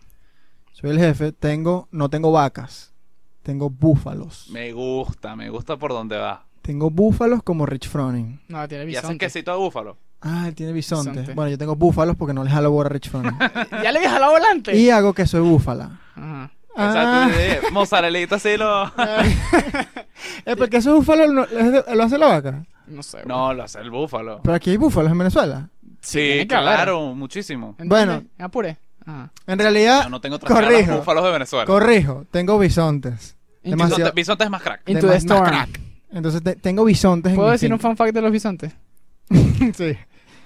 Speaker 1: Soy el jefe, tengo, no tengo vacas, tengo búfalos.
Speaker 2: Me gusta, me gusta por dónde va.
Speaker 1: Tengo búfalos como Rich Froning.
Speaker 3: No, tiene
Speaker 2: Y hacen
Speaker 3: bisonte.
Speaker 2: quesito de búfalo.
Speaker 1: Ah, él tiene bisonte.
Speaker 3: Bisonte.
Speaker 1: Bueno, yo tengo búfalos porque no les jalo bola a Rich
Speaker 3: [laughs]
Speaker 1: Froning.
Speaker 3: [laughs] Ya le dije la volante.
Speaker 1: y hago queso de búfala.
Speaker 3: Ajá.
Speaker 2: O
Speaker 1: Ah.
Speaker 2: sea, tú dices, mozzarellita así lo...
Speaker 1: Eh, pero el queso de búfalo no- es de- lo hace la vaca.
Speaker 3: No sé. güey.
Speaker 2: No, lo hace el búfalo.
Speaker 1: Pero aquí hay búfalos en Venezuela.
Speaker 2: Sí,
Speaker 3: tiene que haber.
Speaker 2: claro, muchísimo.
Speaker 1: Bueno.
Speaker 3: Me apure. Ajá.
Speaker 1: En realidad,
Speaker 2: Yo no tengo trajeado a los
Speaker 1: Ah, corrijo.
Speaker 2: búfalos de Venezuela.
Speaker 1: corrijo, tengo bisontes.
Speaker 3: Into-
Speaker 1: Demasiado.
Speaker 2: Bisonte, bisonte es más crack.
Speaker 3: Into
Speaker 1: Dema-
Speaker 3: the storm.
Speaker 1: más crack. Entonces te- tengo bisontes en
Speaker 3: ¿Puedo
Speaker 1: mi
Speaker 3: decir un
Speaker 1: finca.
Speaker 3: [laughs] fun fact de los bisontes?
Speaker 1: sí.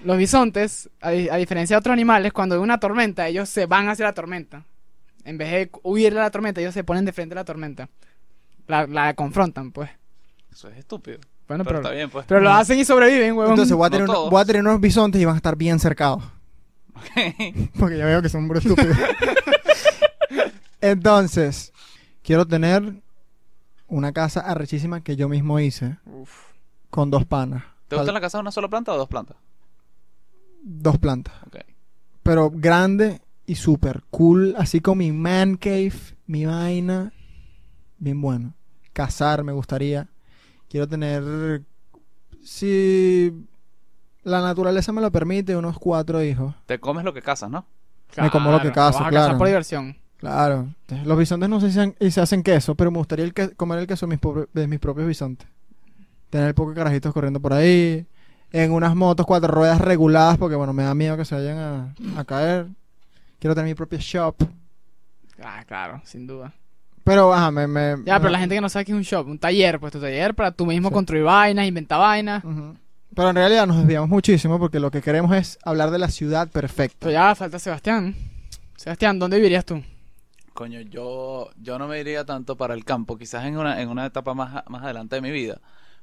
Speaker 3: Los bisontes, a, di- a diferencia de otros animales, cuando hay una tormenta, ellos se van hacia la tormenta. En vez de huir de la tormenta, ellos se ponen de frente a la tormenta. La, la confrontan, pues.
Speaker 2: Eso es estúpido.
Speaker 3: Bueno,
Speaker 2: Pero
Speaker 3: pero,
Speaker 2: está bien, pues.
Speaker 3: pero lo hacen y sobreviven, huevón.
Speaker 1: Mm. Entonces voy a,
Speaker 2: No
Speaker 1: tener un-
Speaker 2: todos.
Speaker 1: voy a tener unos bisontes y van a estar bien cercados. [laughs] Porque ya veo que son muy estúpidos. [laughs] Entonces, quiero tener una casa arrechísima que yo mismo hice
Speaker 3: Uf.
Speaker 1: con dos panas.
Speaker 2: [laughs] ¿Te gusta la casa de una sola planta o dos plantas?
Speaker 1: Dos plantas.
Speaker 2: Ok.
Speaker 1: Pero grande y super cool. Así con mi man cave, mi vaina. Bien bueno. Casar me gustaría. Quiero tener, si la naturaleza me lo permite, unos cuatro hijos.
Speaker 2: Te comes lo que cazas, ¿no?
Speaker 1: Me como lo que
Speaker 3: Claro,
Speaker 1: cazo,
Speaker 3: vas a
Speaker 1: claro.
Speaker 3: cazar por diversión.
Speaker 1: Claro. Los bisontes no sé si han- y se hacen queso, pero me gustaría el que- comer el queso de mis, pobre- de mis propios bisontes. Tener pocos carajitos corriendo por ahí. En unas motos, cuatro ruedas reguladas, porque bueno, me da miedo que se vayan a, a caer. Quiero tener mi propio shop.
Speaker 3: Ah, claro, sin duda.
Speaker 1: Pero, ajá, me... me
Speaker 3: Ya,
Speaker 1: me-
Speaker 3: pero la gente que no sabe que es un shop, un taller, pues tu taller para tú mismo
Speaker 1: Mm. Sí. Mm.
Speaker 3: construir vainas, inventar vainas.
Speaker 1: Ujú. Pero en realidad nos desviamos muchísimo porque lo que queremos es hablar de la ciudad perfecta.
Speaker 3: Pero ya falta Sebastián. Sebastián, ¿dónde vivirías tú?
Speaker 2: Coño, yo, yo no me iría tanto para el campo, quizás en una, en una etapa más, a- más adelante de mi vida.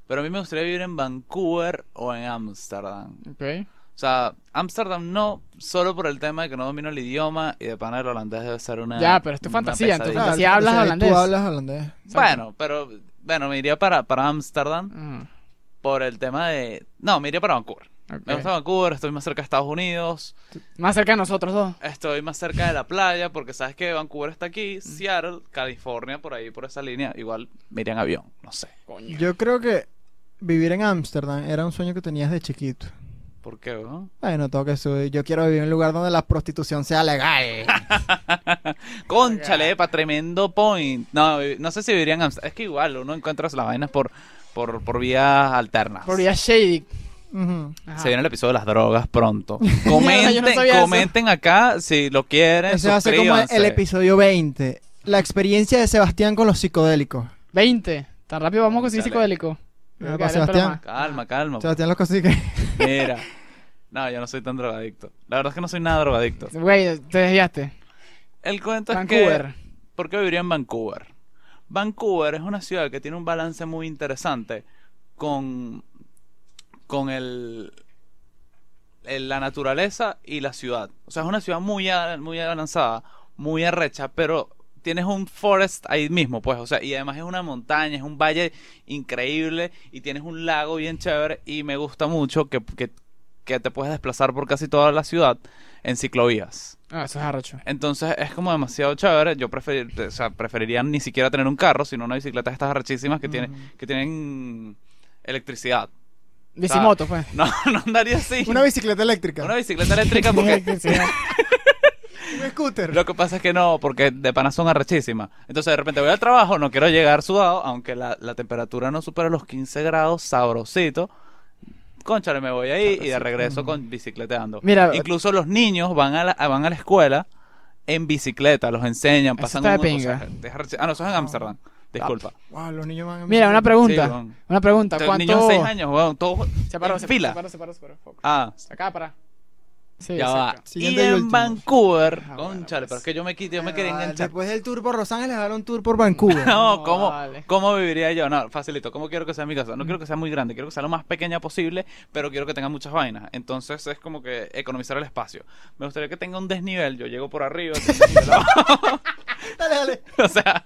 Speaker 2: Pero a mí me gustaría vivir en Vancouver o en Ámsterdam.
Speaker 3: Ok.
Speaker 2: O sea, Ámsterdam no, solo por el tema de que no domino el idioma y de pana el holandés debe ser una.
Speaker 3: Ya, pero es tu
Speaker 2: una
Speaker 3: fantasía, entonces.
Speaker 2: pesadilla.
Speaker 3: si hablas
Speaker 1: entonces ahí
Speaker 3: holandés.
Speaker 1: Tú hablas holandés.
Speaker 2: Bueno, pero bueno, me iría para para Ámsterdam
Speaker 1: Mm,
Speaker 3: Ajá,
Speaker 2: por el tema de. No, me iría para Vancouver.
Speaker 3: ok.
Speaker 2: Me gusta Vancouver, estoy más cerca de Estados Unidos,
Speaker 3: Más cerca de nosotros dos.
Speaker 2: estoy más cerca de la playa, porque sabes que Vancouver está aquí, Seattle, California, por ahí, por esa línea. Igual me iría en avión, no sé.
Speaker 3: Coño.
Speaker 1: Yo creo que vivir en Ámsterdam era un sueño que tenías de chiquito.
Speaker 2: ¿Por qué, weón?
Speaker 1: Bueno, tengo que subir. Yo quiero vivir en un lugar donde la prostitución sea legal.
Speaker 2: [laughs] Conchale, para tremendo point. No, vi- no sé si viviría en Ámsterdam. Es que igual uno encuentra las vainas por, por, por vías alternas.
Speaker 3: Por vía Shady.
Speaker 1: Ujú.
Speaker 3: Ajá.
Speaker 2: Se viene el episodio de las drogas pronto. Comenten,
Speaker 3: sabía eso.
Speaker 2: comenten acá si lo quieren.
Speaker 1: Ese va a ser como
Speaker 2: suscríbanse.
Speaker 1: el episodio 20. La experiencia de Sebastián con los psicodélicos.
Speaker 3: 20. Tan rápido vamos a conseguir
Speaker 2: Dale.
Speaker 3: psicodélico.
Speaker 1: Mira,
Speaker 3: Creo que
Speaker 1: para
Speaker 3: haré un pelo
Speaker 1: Ah, Sebastián.
Speaker 3: más.
Speaker 2: Calma, calma.
Speaker 1: Sebastián los consigue.
Speaker 2: [laughs] Mira. No, yo no soy tan drogadicto. La verdad es que no soy nada
Speaker 3: [laughs]
Speaker 2: drogadicto.
Speaker 3: Güey, te desviaste.
Speaker 2: El cuento es que...
Speaker 3: Vancouver.
Speaker 2: ¿Por qué viviría en Vancouver? Vancouver es una ciudad que tiene un balance muy interesante con, con el, el- la naturaleza y la ciudad. O sea, es una ciudad muy, a- muy avanzada, muy arrecha, pero tienes un forest ahí mismo, pues, o sea, y además es una montaña, es un valle increíble y tienes un lago bien chévere y me gusta mucho que, que, que te puedes desplazar por casi toda la ciudad en ciclovías.
Speaker 3: Ah, eso es arrecho.
Speaker 2: Entonces es como demasiado chévere, yo preferir, o sea, preferiría ni siquiera tener un carro, sino una bicicleta de estas arrechísimas que, tiene,
Speaker 3: Ujú.
Speaker 2: que tienen electricidad. [laughs]
Speaker 3: Bicimoto,
Speaker 1: [laughs]
Speaker 3: pues.
Speaker 2: No, no andaría así.
Speaker 1: Una bicicleta eléctrica.
Speaker 2: Una bicicleta eléctrica porque
Speaker 1: Un scooter.
Speaker 2: Lo que pasa es que no, porque de pana son arrechísimas. Entonces de repente voy al trabajo, no quiero llegar sudado, aunque la, la temperatura no supera los 15 grados, sabrosito. Conchale, me voy ahí y de regreso con bicicleteando.
Speaker 3: Mira,
Speaker 2: Incluso los niños van a la, a- van a la escuela en bicicleta, los enseñan,
Speaker 3: Eso
Speaker 2: pasan
Speaker 3: está de
Speaker 2: un- o sea,
Speaker 3: pinga.
Speaker 2: es arrechi- Ah, no, eso es en Amsterdam. Disculpa.
Speaker 1: Wow, los niños van en
Speaker 3: mira,
Speaker 1: bicicleta.
Speaker 3: una
Speaker 2: Sí,
Speaker 3: pregunta.
Speaker 2: weón.
Speaker 3: Una pregunta.
Speaker 2: Entonces,
Speaker 3: ¿Cuánto?
Speaker 2: Niños de 6 años, weón, todos
Speaker 3: Se paró,
Speaker 2: en
Speaker 3: se paró,
Speaker 2: fila.
Speaker 3: se paró, se paró, se paró. Foco.
Speaker 2: Ah,
Speaker 3: Acá, para. Sí,
Speaker 2: ya
Speaker 3: cerca.
Speaker 2: va. Y
Speaker 1: Siguiente y
Speaker 2: en
Speaker 1: último.
Speaker 2: Vancouver,
Speaker 3: Ah, bueno,
Speaker 2: conchale,
Speaker 3: pues.
Speaker 2: pero es que yo me quité, yo me quería
Speaker 1: Ah,
Speaker 2: enganchar.
Speaker 1: Después del tour por Los Ángeles, ahora un tour por Vancouver.
Speaker 2: [laughs] No,
Speaker 3: No,
Speaker 2: ¿cómo,
Speaker 3: vale.
Speaker 2: ¿cómo viviría yo? No, facilito. ¿Cómo quiero que sea mi casa? No quiero que sea muy grande, quiero que sea lo más pequeña posible, pero quiero que tenga muchas vainas. Entonces es como que economizar el espacio. Me gustaría que tenga un desnivel. Yo llego por arriba, tengo un [laughs] desnivel abajo.
Speaker 1: dale, dale.
Speaker 2: o sea,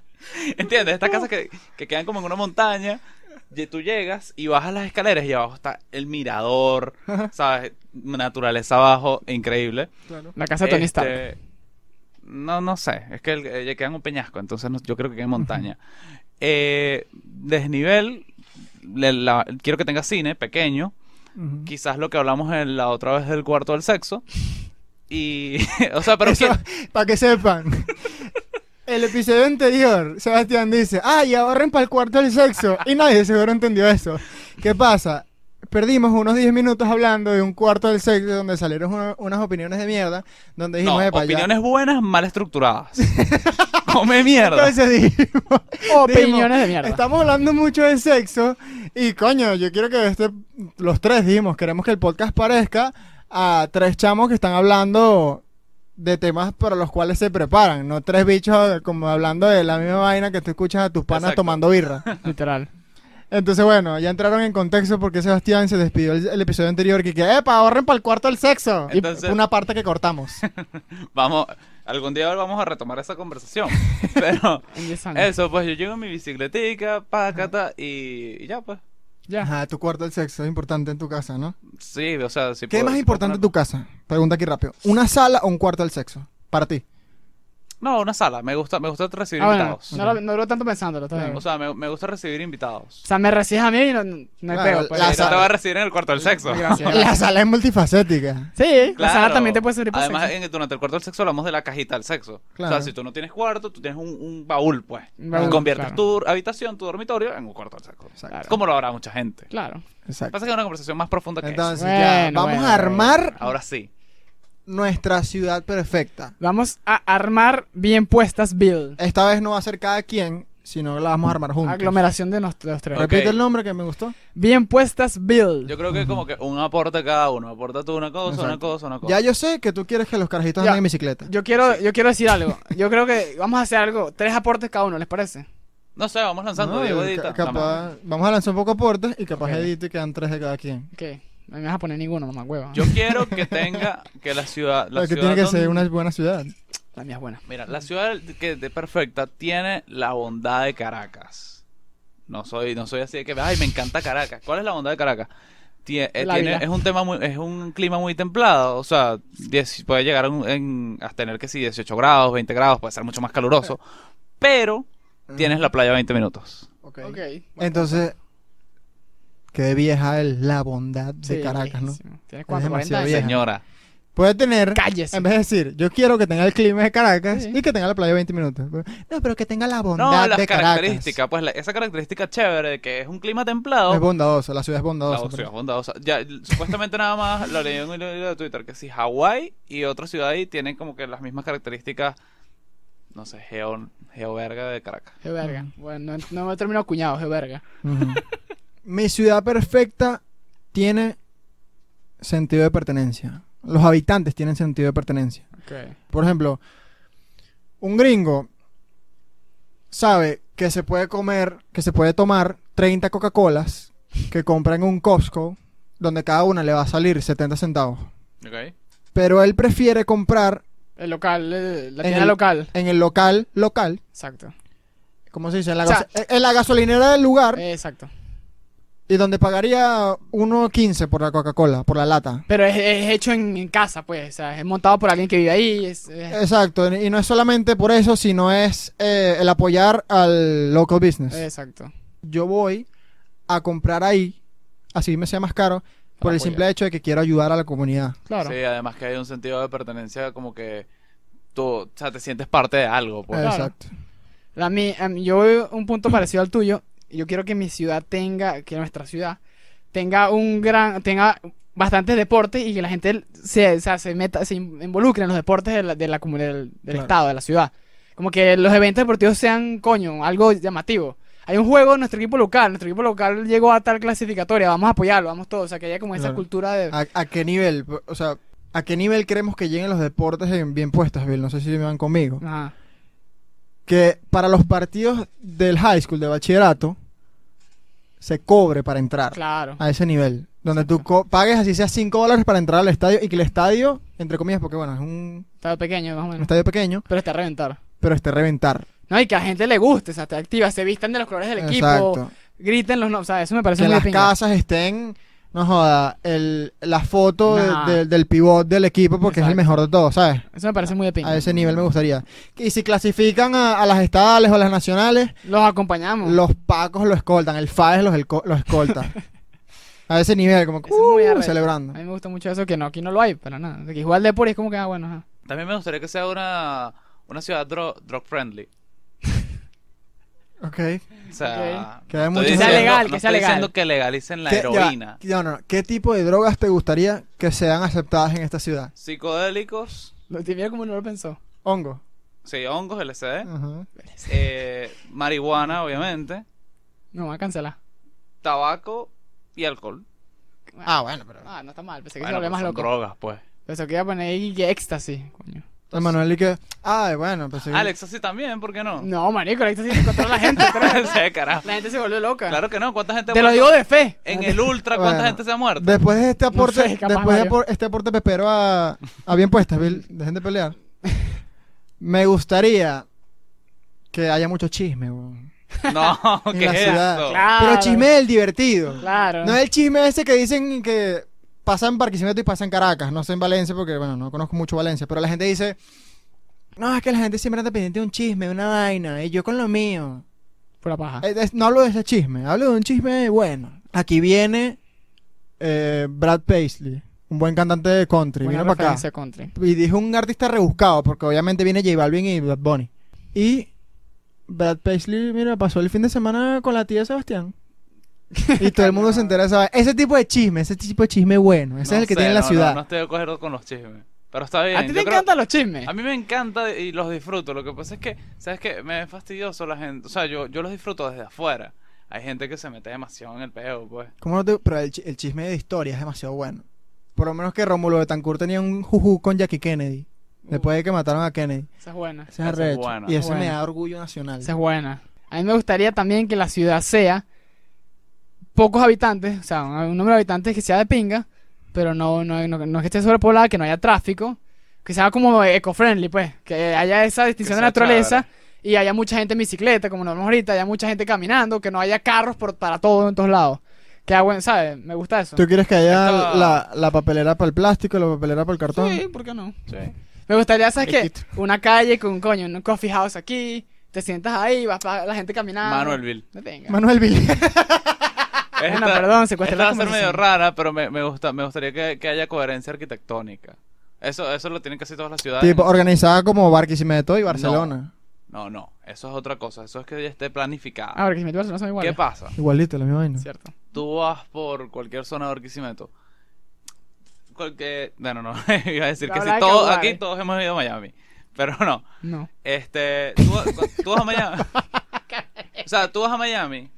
Speaker 2: ¿entiendes? Estas casas que, que quedan como en una montaña, y tú llegas y bajas las escaleras y abajo está el mirador, ¿sabes? Naturaleza abajo, increíble.
Speaker 1: Claro.
Speaker 3: La casa de Tony Stark.
Speaker 2: Este, No, no sé. Es que el- eh, queda en un peñasco, entonces no- yo creo que queda en montaña. Eh, desnivel, le- la- quiero que tenga cine pequeño.
Speaker 1: Ujú.
Speaker 2: Quizás lo que hablamos en la otra vez del cuarto del sexo. Y, [laughs] o sea, pero
Speaker 1: Eso, [laughs]
Speaker 2: que-
Speaker 1: para que sepan. El episodio anterior, Sebastián dice, ay, ahorren para el cuarto del sexo. Y nadie de seguro entendió eso. ¿Qué pasa? Perdimos unos 10 minutos hablando de un cuarto del sexo donde salieron una- unas opiniones de mierda, donde
Speaker 2: no,
Speaker 1: dijimos, "Epa, ya".
Speaker 2: opiniones buenas, mal estructuradas. [laughs] Come mierda.
Speaker 1: Entonces dijimos,
Speaker 2: Este,
Speaker 3: Opiniones de mierda.
Speaker 1: Estamos hablando mucho de sexo y coño, yo quiero que este, los tres dijimos, queremos que el podcast parezca a tres chamos que están hablando de temas para los cuales se preparan, no tres bichos como hablando de la misma vaina que tú escuchas a tus panas
Speaker 2: Exacto.
Speaker 1: tomando birra.
Speaker 3: Literal.
Speaker 1: Entonces bueno, ya entraron en contexto porque Sebastián se despidió el, el episodio anterior que, que epa, ahorren para el cuarto el sexo. Y
Speaker 2: Entonces-
Speaker 1: una parte que
Speaker 2: [laughs]
Speaker 1: cortamos.
Speaker 2: Vamos, algún día vamos a retomar esa
Speaker 1: [laughs]
Speaker 2: conversación. Pero
Speaker 3: En 10 años.
Speaker 2: eso, pues yo llego en mi bicicletica, pacata, y, y ya, pues.
Speaker 3: Ya.
Speaker 1: Ajá, tu cuarto del sexo es importante en tu casa, ¿no?
Speaker 2: Sí, o sea, si
Speaker 1: ¿Qué es
Speaker 2: puedo-
Speaker 1: más
Speaker 2: si
Speaker 1: importante en
Speaker 2: puedo
Speaker 1: tu casa? Pregunta aquí rápido. ¿Una sala o un cuarto del sexo? Para ti.
Speaker 2: poner- No, una sala. Me gusta, me gusta recibir
Speaker 3: Ah, bueno,
Speaker 2: invitados.
Speaker 3: no lo, no lo tanto pensándolo. Está bien.
Speaker 2: O sea, me, me gusta recibir invitados.
Speaker 3: O sea, me recibes a mí y no, no no hay
Speaker 1: Claro,
Speaker 3: pego. pues.
Speaker 1: la
Speaker 2: Sí, no te
Speaker 1: sala.
Speaker 2: va a recibir en el cuarto del
Speaker 1: [laughs]
Speaker 2: sexo.
Speaker 3: Gracias.
Speaker 1: La sala es multifacética.
Speaker 3: Sí, la
Speaker 2: [laughs] Claro.
Speaker 3: sala también te puede servir para
Speaker 2: Además,
Speaker 3: sexo.
Speaker 2: en- durante el cuarto del sexo hablamos de la cajita del sexo. O
Speaker 1: Claro.
Speaker 2: sea, si tú no tienes cuarto, tú tienes un, un baúl, pues.
Speaker 3: Un baúl,
Speaker 2: Conviertes
Speaker 3: claro.
Speaker 2: tu habitación, tu dormitorio, en un cuarto del sexo.
Speaker 1: Exacto.
Speaker 2: Como lo habrá mucha gente. Lo
Speaker 3: Claro.
Speaker 2: que
Speaker 1: Exacto.
Speaker 2: pasa es que es una conversación más profunda que
Speaker 1: Entonces,
Speaker 3: Pues, Bueno,
Speaker 1: ya,
Speaker 3: bueno,
Speaker 1: vamos
Speaker 3: bueno.
Speaker 1: a armar
Speaker 2: eso. Ahora sí.
Speaker 1: nuestra ciudad perfecta.
Speaker 3: Vamos a armar bien puestas Bill.
Speaker 1: Esta vez no va a ser cada quien, sino la vamos a armar juntos.
Speaker 3: Aglomeración de nos- de los tres.
Speaker 2: Ok.
Speaker 1: Repite el nombre que me gustó.
Speaker 3: Bien puestas Bill.
Speaker 2: Yo creo que como que un aporte cada uno. Aporta tú una cosa, una
Speaker 1: Exacto.
Speaker 2: cosa, una cosa.
Speaker 1: Ya yo sé que tú quieres que los carajitos
Speaker 3: Ya.
Speaker 1: anden en bicicleta.
Speaker 3: Yo quiero, yo quiero decir algo. Yo creo que vamos a hacer algo. Tres aportes cada uno, ¿les parece?
Speaker 2: No sé, vamos lanzando.
Speaker 1: No,
Speaker 2: Diego
Speaker 1: ca-
Speaker 2: edita.
Speaker 1: capaz-
Speaker 2: Vamos.
Speaker 1: vamos a lanzar un poco aportes y capaz
Speaker 3: Ok.
Speaker 1: edito y quedan tres de cada quien.
Speaker 3: Ok. No me vas a poner ninguno, mamá hueva.
Speaker 2: Yo quiero que tenga que la ciudad. La
Speaker 1: Lo que
Speaker 2: ciudad
Speaker 1: tiene que ser
Speaker 2: donde-
Speaker 1: una buena ciudad.
Speaker 3: La mía es buena.
Speaker 2: Mira, la ciudad que de perfecta tiene la bondad de Caracas. No soy, no soy así de que, ay, me encanta Caracas. ¿Cuál es la bondad de Caracas? Tie- eh,
Speaker 3: La
Speaker 2: tiene-
Speaker 3: vida.
Speaker 2: es un tema muy, es un clima muy templado, o sea, diez- puede llegar a un- en- a tener que sí 18 grados, 20 grados, puede ser mucho más caluroso, pero
Speaker 1: Mm.
Speaker 2: tienes la playa a 20 minutos.
Speaker 3: Ok.
Speaker 1: Ah, Entonces, qué vieja es la bondad de
Speaker 3: Sí,
Speaker 1: Caracas, ¿no?
Speaker 3: buenísimo. Tienes cuatro,
Speaker 1: demasiado
Speaker 3: 40
Speaker 1: vieja. Em,
Speaker 3: años.
Speaker 2: Señora,
Speaker 1: Puede tener,
Speaker 3: Cállese.
Speaker 1: en vez de decir, yo quiero que tenga el clima de Caracas
Speaker 3: Sí.
Speaker 1: y que tenga la playa de 20 minutos. No, pero que tenga la bondad
Speaker 2: no, las
Speaker 1: de Caracas.
Speaker 2: características, pues la- esa característica chévere de que es un clima
Speaker 1: Es
Speaker 2: templado,
Speaker 1: bondadosa, la ciudad es
Speaker 2: la
Speaker 1: bondadosa.
Speaker 2: ciudad es bondadosa. Ya, l- supuestamente nada más lo leí en un libro de Twitter que si Hawái y otra ciudad ahí tienen como que las mismas características, no sé, geo, geoverga de Caracas.
Speaker 3: Qué verga. Bueno, no, no me he terminado cuñado, qué verga.
Speaker 1: Ujú. Mi ciudad perfecta tiene sentido de pertenencia. Los habitantes tienen sentido de pertenencia.
Speaker 3: Ok.
Speaker 1: Por ejemplo, un gringo sabe que se puede comer, que se puede tomar 30 Coca-Colas que compra en un Costco, donde cada una le va a salir 70 centavos.
Speaker 2: Ok.
Speaker 1: Pero él prefiere comprar
Speaker 3: El local, eh, la
Speaker 1: En
Speaker 3: tienda
Speaker 1: el-
Speaker 3: local.
Speaker 1: En el local, local,
Speaker 3: Exacto.
Speaker 1: ¿cómo se dice? En la,
Speaker 3: O sea-
Speaker 1: gaso- en la gasolinera del lugar
Speaker 3: Eh, Exacto.
Speaker 1: y donde pagaría 1.15 por la Coca-Cola, por la lata.
Speaker 3: Pero es, es hecho en, en casa, pues. O sea, es montado por alguien que vive ahí. es-
Speaker 1: Eh.
Speaker 3: es-
Speaker 1: Exacto, y no es solamente por eso, sino es eh, el apoyar al local business.
Speaker 3: exacto.
Speaker 1: Yo voy a comprar ahí, así me sea más caro, por el
Speaker 3: apoyar.
Speaker 1: simple hecho de que quiero ayudar a la comunidad.
Speaker 3: Claro.
Speaker 2: Sí, además que hay un sentido de pertenencia como que tú, o sea, te sientes parte de algo, pues.
Speaker 3: Eh.
Speaker 1: Exacto.
Speaker 3: A mí, a mí- yo veo un punto parecido al tuyo. Yo quiero que mi ciudad tenga, que nuestra ciudad tenga un gran, tenga bastantes deportes y que la gente se, o sea, se meta, se in- involucre en los deportes de la, de la comu- del, del
Speaker 1: Claro.
Speaker 3: estado, de la ciudad. Como que los eventos deportivos sean, coño, algo llamativo. Hay un juego en nuestro equipo local, nuestro equipo local llegó a tal clasificatoria, vamos a apoyarlo, vamos todos. O sea, que haya como esa
Speaker 1: Claro.
Speaker 3: cultura de...
Speaker 1: ¿A, a qué nivel? O sea, ¿a qué nivel queremos que lleguen los deportes en- bien puestas, Bill? No sé si me van conmigo.
Speaker 3: Ajá.
Speaker 1: Que para los partidos del high school, de bachillerato, se cobre para entrar
Speaker 3: Claro.
Speaker 1: a ese nivel. Donde tú co- pagues así sea 5 dólares para entrar al estadio y que el estadio, entre comillas, porque bueno, es un,
Speaker 3: Estado pequeño, más o
Speaker 1: un
Speaker 3: menos.
Speaker 1: estadio pequeño,
Speaker 3: Pero está a reventar.
Speaker 1: pero esté a reventar.
Speaker 3: No, y que a gente le guste, o sea, te activa, se vistan de los colores del equipo.
Speaker 1: Exacto.
Speaker 3: griten los nombres. O sea, eso me parece
Speaker 1: que
Speaker 3: muy
Speaker 1: las
Speaker 3: pinga.
Speaker 1: casas estén, no joda, el, la foto de-
Speaker 3: Nah.
Speaker 1: del- del pivot del equipo porque es el
Speaker 3: Exacto.
Speaker 1: mejor de todos, ¿sabes?
Speaker 3: Eso me parece muy de pinga.
Speaker 1: A ese nivel me gustaría. Y si clasifican a, a las estadales o a las nacionales,
Speaker 3: Los acompañamos.
Speaker 1: los pacos lo escoltan, el FAES los, elco- los
Speaker 3: [laughs]
Speaker 1: escolta. a ese nivel, como que,
Speaker 3: Eso es muy
Speaker 1: uh,
Speaker 3: arrecho.
Speaker 1: celebrando.
Speaker 3: A mí me gusta mucho eso, que no, aquí no lo hay, para nada. O sea, que igual de puro es como que, ah, bueno, ajá.
Speaker 2: También me gustaría que sea una, una ciudad dro- drug friendly.
Speaker 1: Ok.
Speaker 2: O sea,
Speaker 1: Ok. Que haya
Speaker 2: estoy
Speaker 1: mucho- Que sea
Speaker 2: diciendo-
Speaker 3: legal,
Speaker 2: no
Speaker 3: que sea
Speaker 2: estoy
Speaker 3: legal.
Speaker 2: diciendo que legalicen la
Speaker 1: ¿Qué- ya,
Speaker 2: heroína.
Speaker 1: no, no, no. ¿Qué tipo de drogas te gustaría que sean aceptadas en esta ciudad?
Speaker 2: Psicodélicos,
Speaker 3: Lo te mira como no lo pensó.
Speaker 1: Hongo.
Speaker 2: sí, hongos, LSD,
Speaker 1: Ajá.
Speaker 2: eh, marihuana, obviamente,
Speaker 3: No, va a cancelar.
Speaker 2: tabaco y alcohol.
Speaker 1: Ah, bueno, pero.
Speaker 3: Ah, no está mal, pensé que
Speaker 2: Bueno,
Speaker 3: se volvía
Speaker 2: pues
Speaker 3: más
Speaker 2: son
Speaker 3: loco.
Speaker 2: drogas, pues.
Speaker 3: Pensé que iba a poner ahí que éxtasis, coño.
Speaker 1: Manuel y que. Ay, bueno, pues sí.
Speaker 2: Alex, así también, ¿por qué [laughs] no?
Speaker 3: No, marico, el éxtasis encontró a la gente. creo.
Speaker 2: Sí, carajo.
Speaker 3: la gente se volvió loca.
Speaker 2: Claro que no, ¿cuánta gente
Speaker 3: te lo
Speaker 2: muerta?
Speaker 3: digo de fe.
Speaker 2: En el ultra, ¿cuánta
Speaker 1: Bueno.
Speaker 2: gente se ha
Speaker 1: [laughs]
Speaker 2: muerto?
Speaker 1: Después de este aporte,
Speaker 3: sé, capaz
Speaker 1: después de
Speaker 3: Mario.
Speaker 1: apor- este aporte pepero a, a bien puestas, Bill, dejen de
Speaker 3: [laughs]
Speaker 1: pelear. Me gustaría que haya mucho chisme, weón.
Speaker 2: No,
Speaker 1: En
Speaker 2: ¿qué
Speaker 1: la
Speaker 2: es
Speaker 1: ciudad.
Speaker 2: eso?
Speaker 3: Claro.
Speaker 1: Pero chisme del divertido.
Speaker 3: Claro.
Speaker 1: No eh, es el chisme ese que dicen que pasa en Barquisimeto y pasa en Caracas. No sé en Valencia porque, bueno, no conozco mucho Valencia. Pero la gente dice, no, es que la gente siempre anda pendiente de un chisme, de una vaina. Y yo con lo mío.
Speaker 3: Pura paja.
Speaker 1: Eh, es- No hablo de ese chisme, hablo de un chisme bueno. Aquí viene eh, Brad Paisley, un buen cantante de country.
Speaker 3: Buena
Speaker 1: vino para acá.
Speaker 3: referencia country.
Speaker 1: Y dijo un artista rebuscado, porque obviamente viene J Balvin y Bad Bunny. Y Brad Paisley, mira, pasó el fin de semana con la tía de Sebastián. Y todo el mundo se entera de esa vaina. Ese tipo de chisme, ese tipo de chisme bueno. Ese
Speaker 2: No
Speaker 1: es el que
Speaker 2: sé,
Speaker 1: tiene la
Speaker 2: no, no,
Speaker 1: ciudad.
Speaker 2: No, estoy de acuerdo con los chismes. Pero está bien.
Speaker 3: A ti
Speaker 2: yo
Speaker 3: te
Speaker 2: creo-
Speaker 3: encantan los chismes.
Speaker 2: A mí me encanta y los disfruto. Lo que pasa es que, ¿sabes qué? Me es fastidioso la gente. O sea, yo, yo los disfruto desde afuera. Hay gente que se mete demasiado en el peo, pues.
Speaker 1: ¿Cómo no te- Pero el, chi- el chisme de historia es demasiado bueno. Por lo menos que Rómulo Betancourt tenía un juju con Jackie Kennedy. Después de que mataron a Kennedy.
Speaker 3: Esa es buena.
Speaker 1: Ese
Speaker 2: Esa
Speaker 1: es
Speaker 2: es
Speaker 1: arrecho.
Speaker 2: buena.
Speaker 1: Y eso me
Speaker 3: Buena.
Speaker 1: da orgullo nacional.
Speaker 3: Esa es buena. A mí me gustaría también que la ciudad sea pocos habitantes, o sea, un un número de habitantes que sea de pinga, pero no, no, no, no que esté sobrepoblada, que no haya tráfico, que sea como eco-friendly, pues, que haya esa distinción de
Speaker 2: sea
Speaker 3: naturaleza y haya mucha gente en bicicleta, como nos vemos ahorita, haya mucha gente caminando, que no haya carros por, para todo en todos lados. Que haga buen, ¿sabes? Me gusta eso.
Speaker 1: ¿Tú quieres que haya
Speaker 2: Esto-
Speaker 1: la, la papelera para el plástico, la papelera para el cartón?
Speaker 3: Sí, ¿por qué no?
Speaker 2: Sí.
Speaker 3: Me gustaría, ¿sabes
Speaker 1: Make
Speaker 3: qué?
Speaker 1: it.
Speaker 3: Una calle con, coño, un coffee house aquí, te sientas ahí, vas pa- la gente caminando.
Speaker 2: Manuelville.
Speaker 3: No tenga.
Speaker 1: Manuel Villar.
Speaker 3: Bueno, perdón, secuestré
Speaker 2: esta
Speaker 3: Pues la
Speaker 2: va a ser medio
Speaker 3: conversación.
Speaker 2: rara, pero me, me gusta, me gustaría que, que haya coherencia arquitectónica. Eso, eso lo tienen casi todas las ciudades.
Speaker 1: Tipo,
Speaker 2: ¿no?
Speaker 1: organizada como Barquisimeto y Barcelona.
Speaker 2: No, no, eso es otra cosa. Eso es que ya esté planificada.
Speaker 3: Ah, porque si me tuve, no son iguales.
Speaker 2: ¿Qué pasa?
Speaker 1: Igualito, la misma vaina.
Speaker 3: Cierto.
Speaker 2: Tú vas por cualquier zona de Barquisimeto. Cualquier... Bueno, no, [laughs] iba a decir que
Speaker 3: Habla
Speaker 2: sí.
Speaker 3: de
Speaker 2: Todo,
Speaker 3: Kauai.
Speaker 2: aquí todos hemos ido a Miami. Pero no.
Speaker 3: No.
Speaker 2: Este, tú, cu- tú vas a Miami. o sea, tú vas a Miami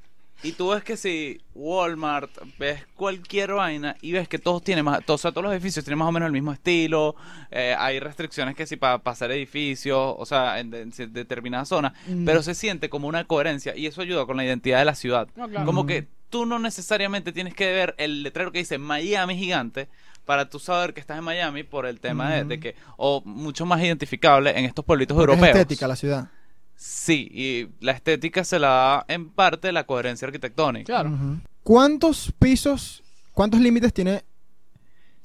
Speaker 2: y tú ves que si Walmart, ves cualquier vaina y ves que todos tienen más, todos, o sea, todos los edificios tienen más o menos el mismo estilo, eh, hay restricciones que si para pasar edificios, o sea, en, de- en cier- determinadas zonas, pero se siente como una coherencia y eso ayuda con la identidad de la ciudad.
Speaker 3: No, claro.
Speaker 2: Como que tú no necesariamente tienes que ver el letrero que dice Miami gigante para tú saber que estás en Miami por el tema de, de que, o mucho más identificable en estos pueblitos
Speaker 1: Porque es
Speaker 2: europeos.
Speaker 1: estética la ciudad.
Speaker 2: Sí, y la estética se la da en parte la coherencia arquitectónica.
Speaker 3: Claro.
Speaker 1: Ujú. ¿Cuántos pisos, cuántos límites tiene?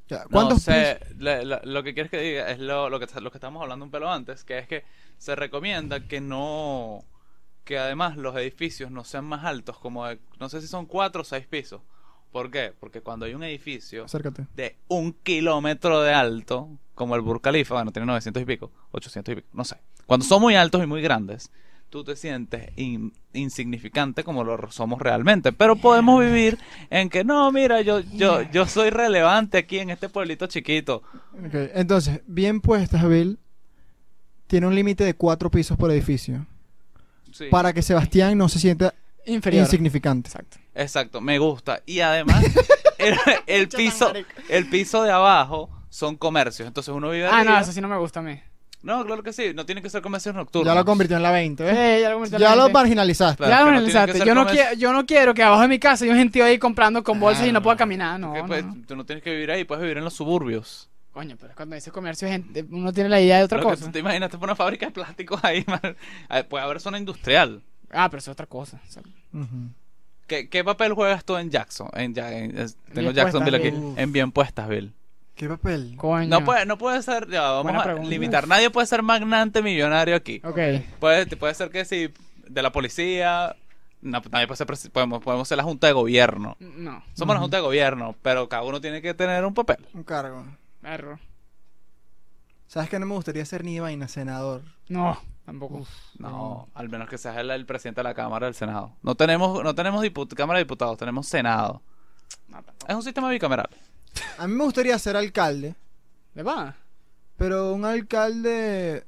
Speaker 1: ya,
Speaker 2: No
Speaker 1: ¿Cuántos
Speaker 2: sé, la- la- lo que quieres que diga es lo, lo que, lo que estábamos hablando un pelo antes, que es que se recomienda que no, que además los edificios no sean más altos, como de- no sé si son cuatro o seis pisos. ¿Por qué? Porque cuando hay un edificio
Speaker 1: pisos? Acércate.
Speaker 2: de un kilómetro de alto, como el Burj Khalifa, bueno, tiene 900 y pico, 800 y pico, no sé. Cuando son muy altos y muy grandes, tú te sientes in- insignificante como lo somos realmente. Pero podemos vivir en que, no, mira, yo, yo, yo soy relevante aquí en este pueblito chiquito.
Speaker 1: Ok, Entonces, bien puestas, Bill. Tiene un límite de cuatro pisos por edificio.
Speaker 2: Sí,
Speaker 1: Para que Sebastián no se sienta
Speaker 3: Inferior.
Speaker 1: insignificante.
Speaker 3: Exacto.
Speaker 2: Exacto, me gusta. Y además, el, el piso, el piso de abajo son comercios. Entonces uno vive...
Speaker 3: Ah, no,
Speaker 2: arriba.
Speaker 3: eso sí no me gusta a mí.
Speaker 1: Eh,
Speaker 2: No, claro que sí, no tienen que ser comercios nocturnos.
Speaker 1: Ya lo convirtió en la 20, ¿ves?
Speaker 3: Eh, ya lo comenté a la
Speaker 1: Ya lo
Speaker 3: gente.
Speaker 1: marginalizaste.
Speaker 2: Claro,
Speaker 3: Ya
Speaker 2: que
Speaker 3: lo
Speaker 2: no
Speaker 3: analizaste.
Speaker 2: tiene que ser
Speaker 3: yo, no
Speaker 2: como
Speaker 3: quiero, yo no quiero que abajo de mi casa haya un gentío ahí comprando con bolsas y
Speaker 2: Claro.
Speaker 3: no pueda caminar. No,
Speaker 2: Porque,
Speaker 3: no,
Speaker 2: pues,
Speaker 3: no.
Speaker 2: Tú no tienes que vivir ahí, puedes vivir en los suburbios.
Speaker 3: Coño, pero cuando dices comercio, gente, uno tiene la idea de otra
Speaker 2: Lo que
Speaker 3: cosa.
Speaker 2: tú te imaginas, te pones una fábrica de plásticos ahí, [laughs] man. Ah, Puede haber zona industrial.
Speaker 3: Ah, pero eso es otra cosa. O sea,
Speaker 1: Ujú.
Speaker 2: ¿Qué, qué papel juegas tú en Jackson? En, Ja- en- es- tengo
Speaker 3: Bien
Speaker 2: Jacksonville aquí.
Speaker 3: puestas,
Speaker 1: Bill.
Speaker 2: En bien puestas, Bill.
Speaker 1: ¿Qué papel?
Speaker 3: Coño.
Speaker 2: No puede, no puede ser, ya, vamos
Speaker 3: Buena
Speaker 2: a
Speaker 3: pregunta.
Speaker 2: limitar. Nadie puede ser magnante millonario aquí.
Speaker 3: Ok.
Speaker 2: Puede, te puede ser que si de la policía, no, nadie puede ser, presi- podemos, podemos ser la junta de gobierno.
Speaker 3: No,
Speaker 2: Somos la junta de gobierno, pero cada uno tiene que tener un papel.
Speaker 1: Un cargo.
Speaker 3: perro.
Speaker 1: ¿Sabes que no me gustaría ser ni vaina senador?
Speaker 3: No, tampoco.
Speaker 2: No,
Speaker 3: Mm.
Speaker 2: al menos que seas el, el presidente de la Cámara del Senado. No tenemos, no tenemos diput- Cámara de Diputados, tenemos Senado.
Speaker 3: No, tampoco.
Speaker 2: Es un sistema bicameral.
Speaker 1: A mí me gustaría ser alcalde,
Speaker 3: ¿De va?
Speaker 1: pero un alcalde...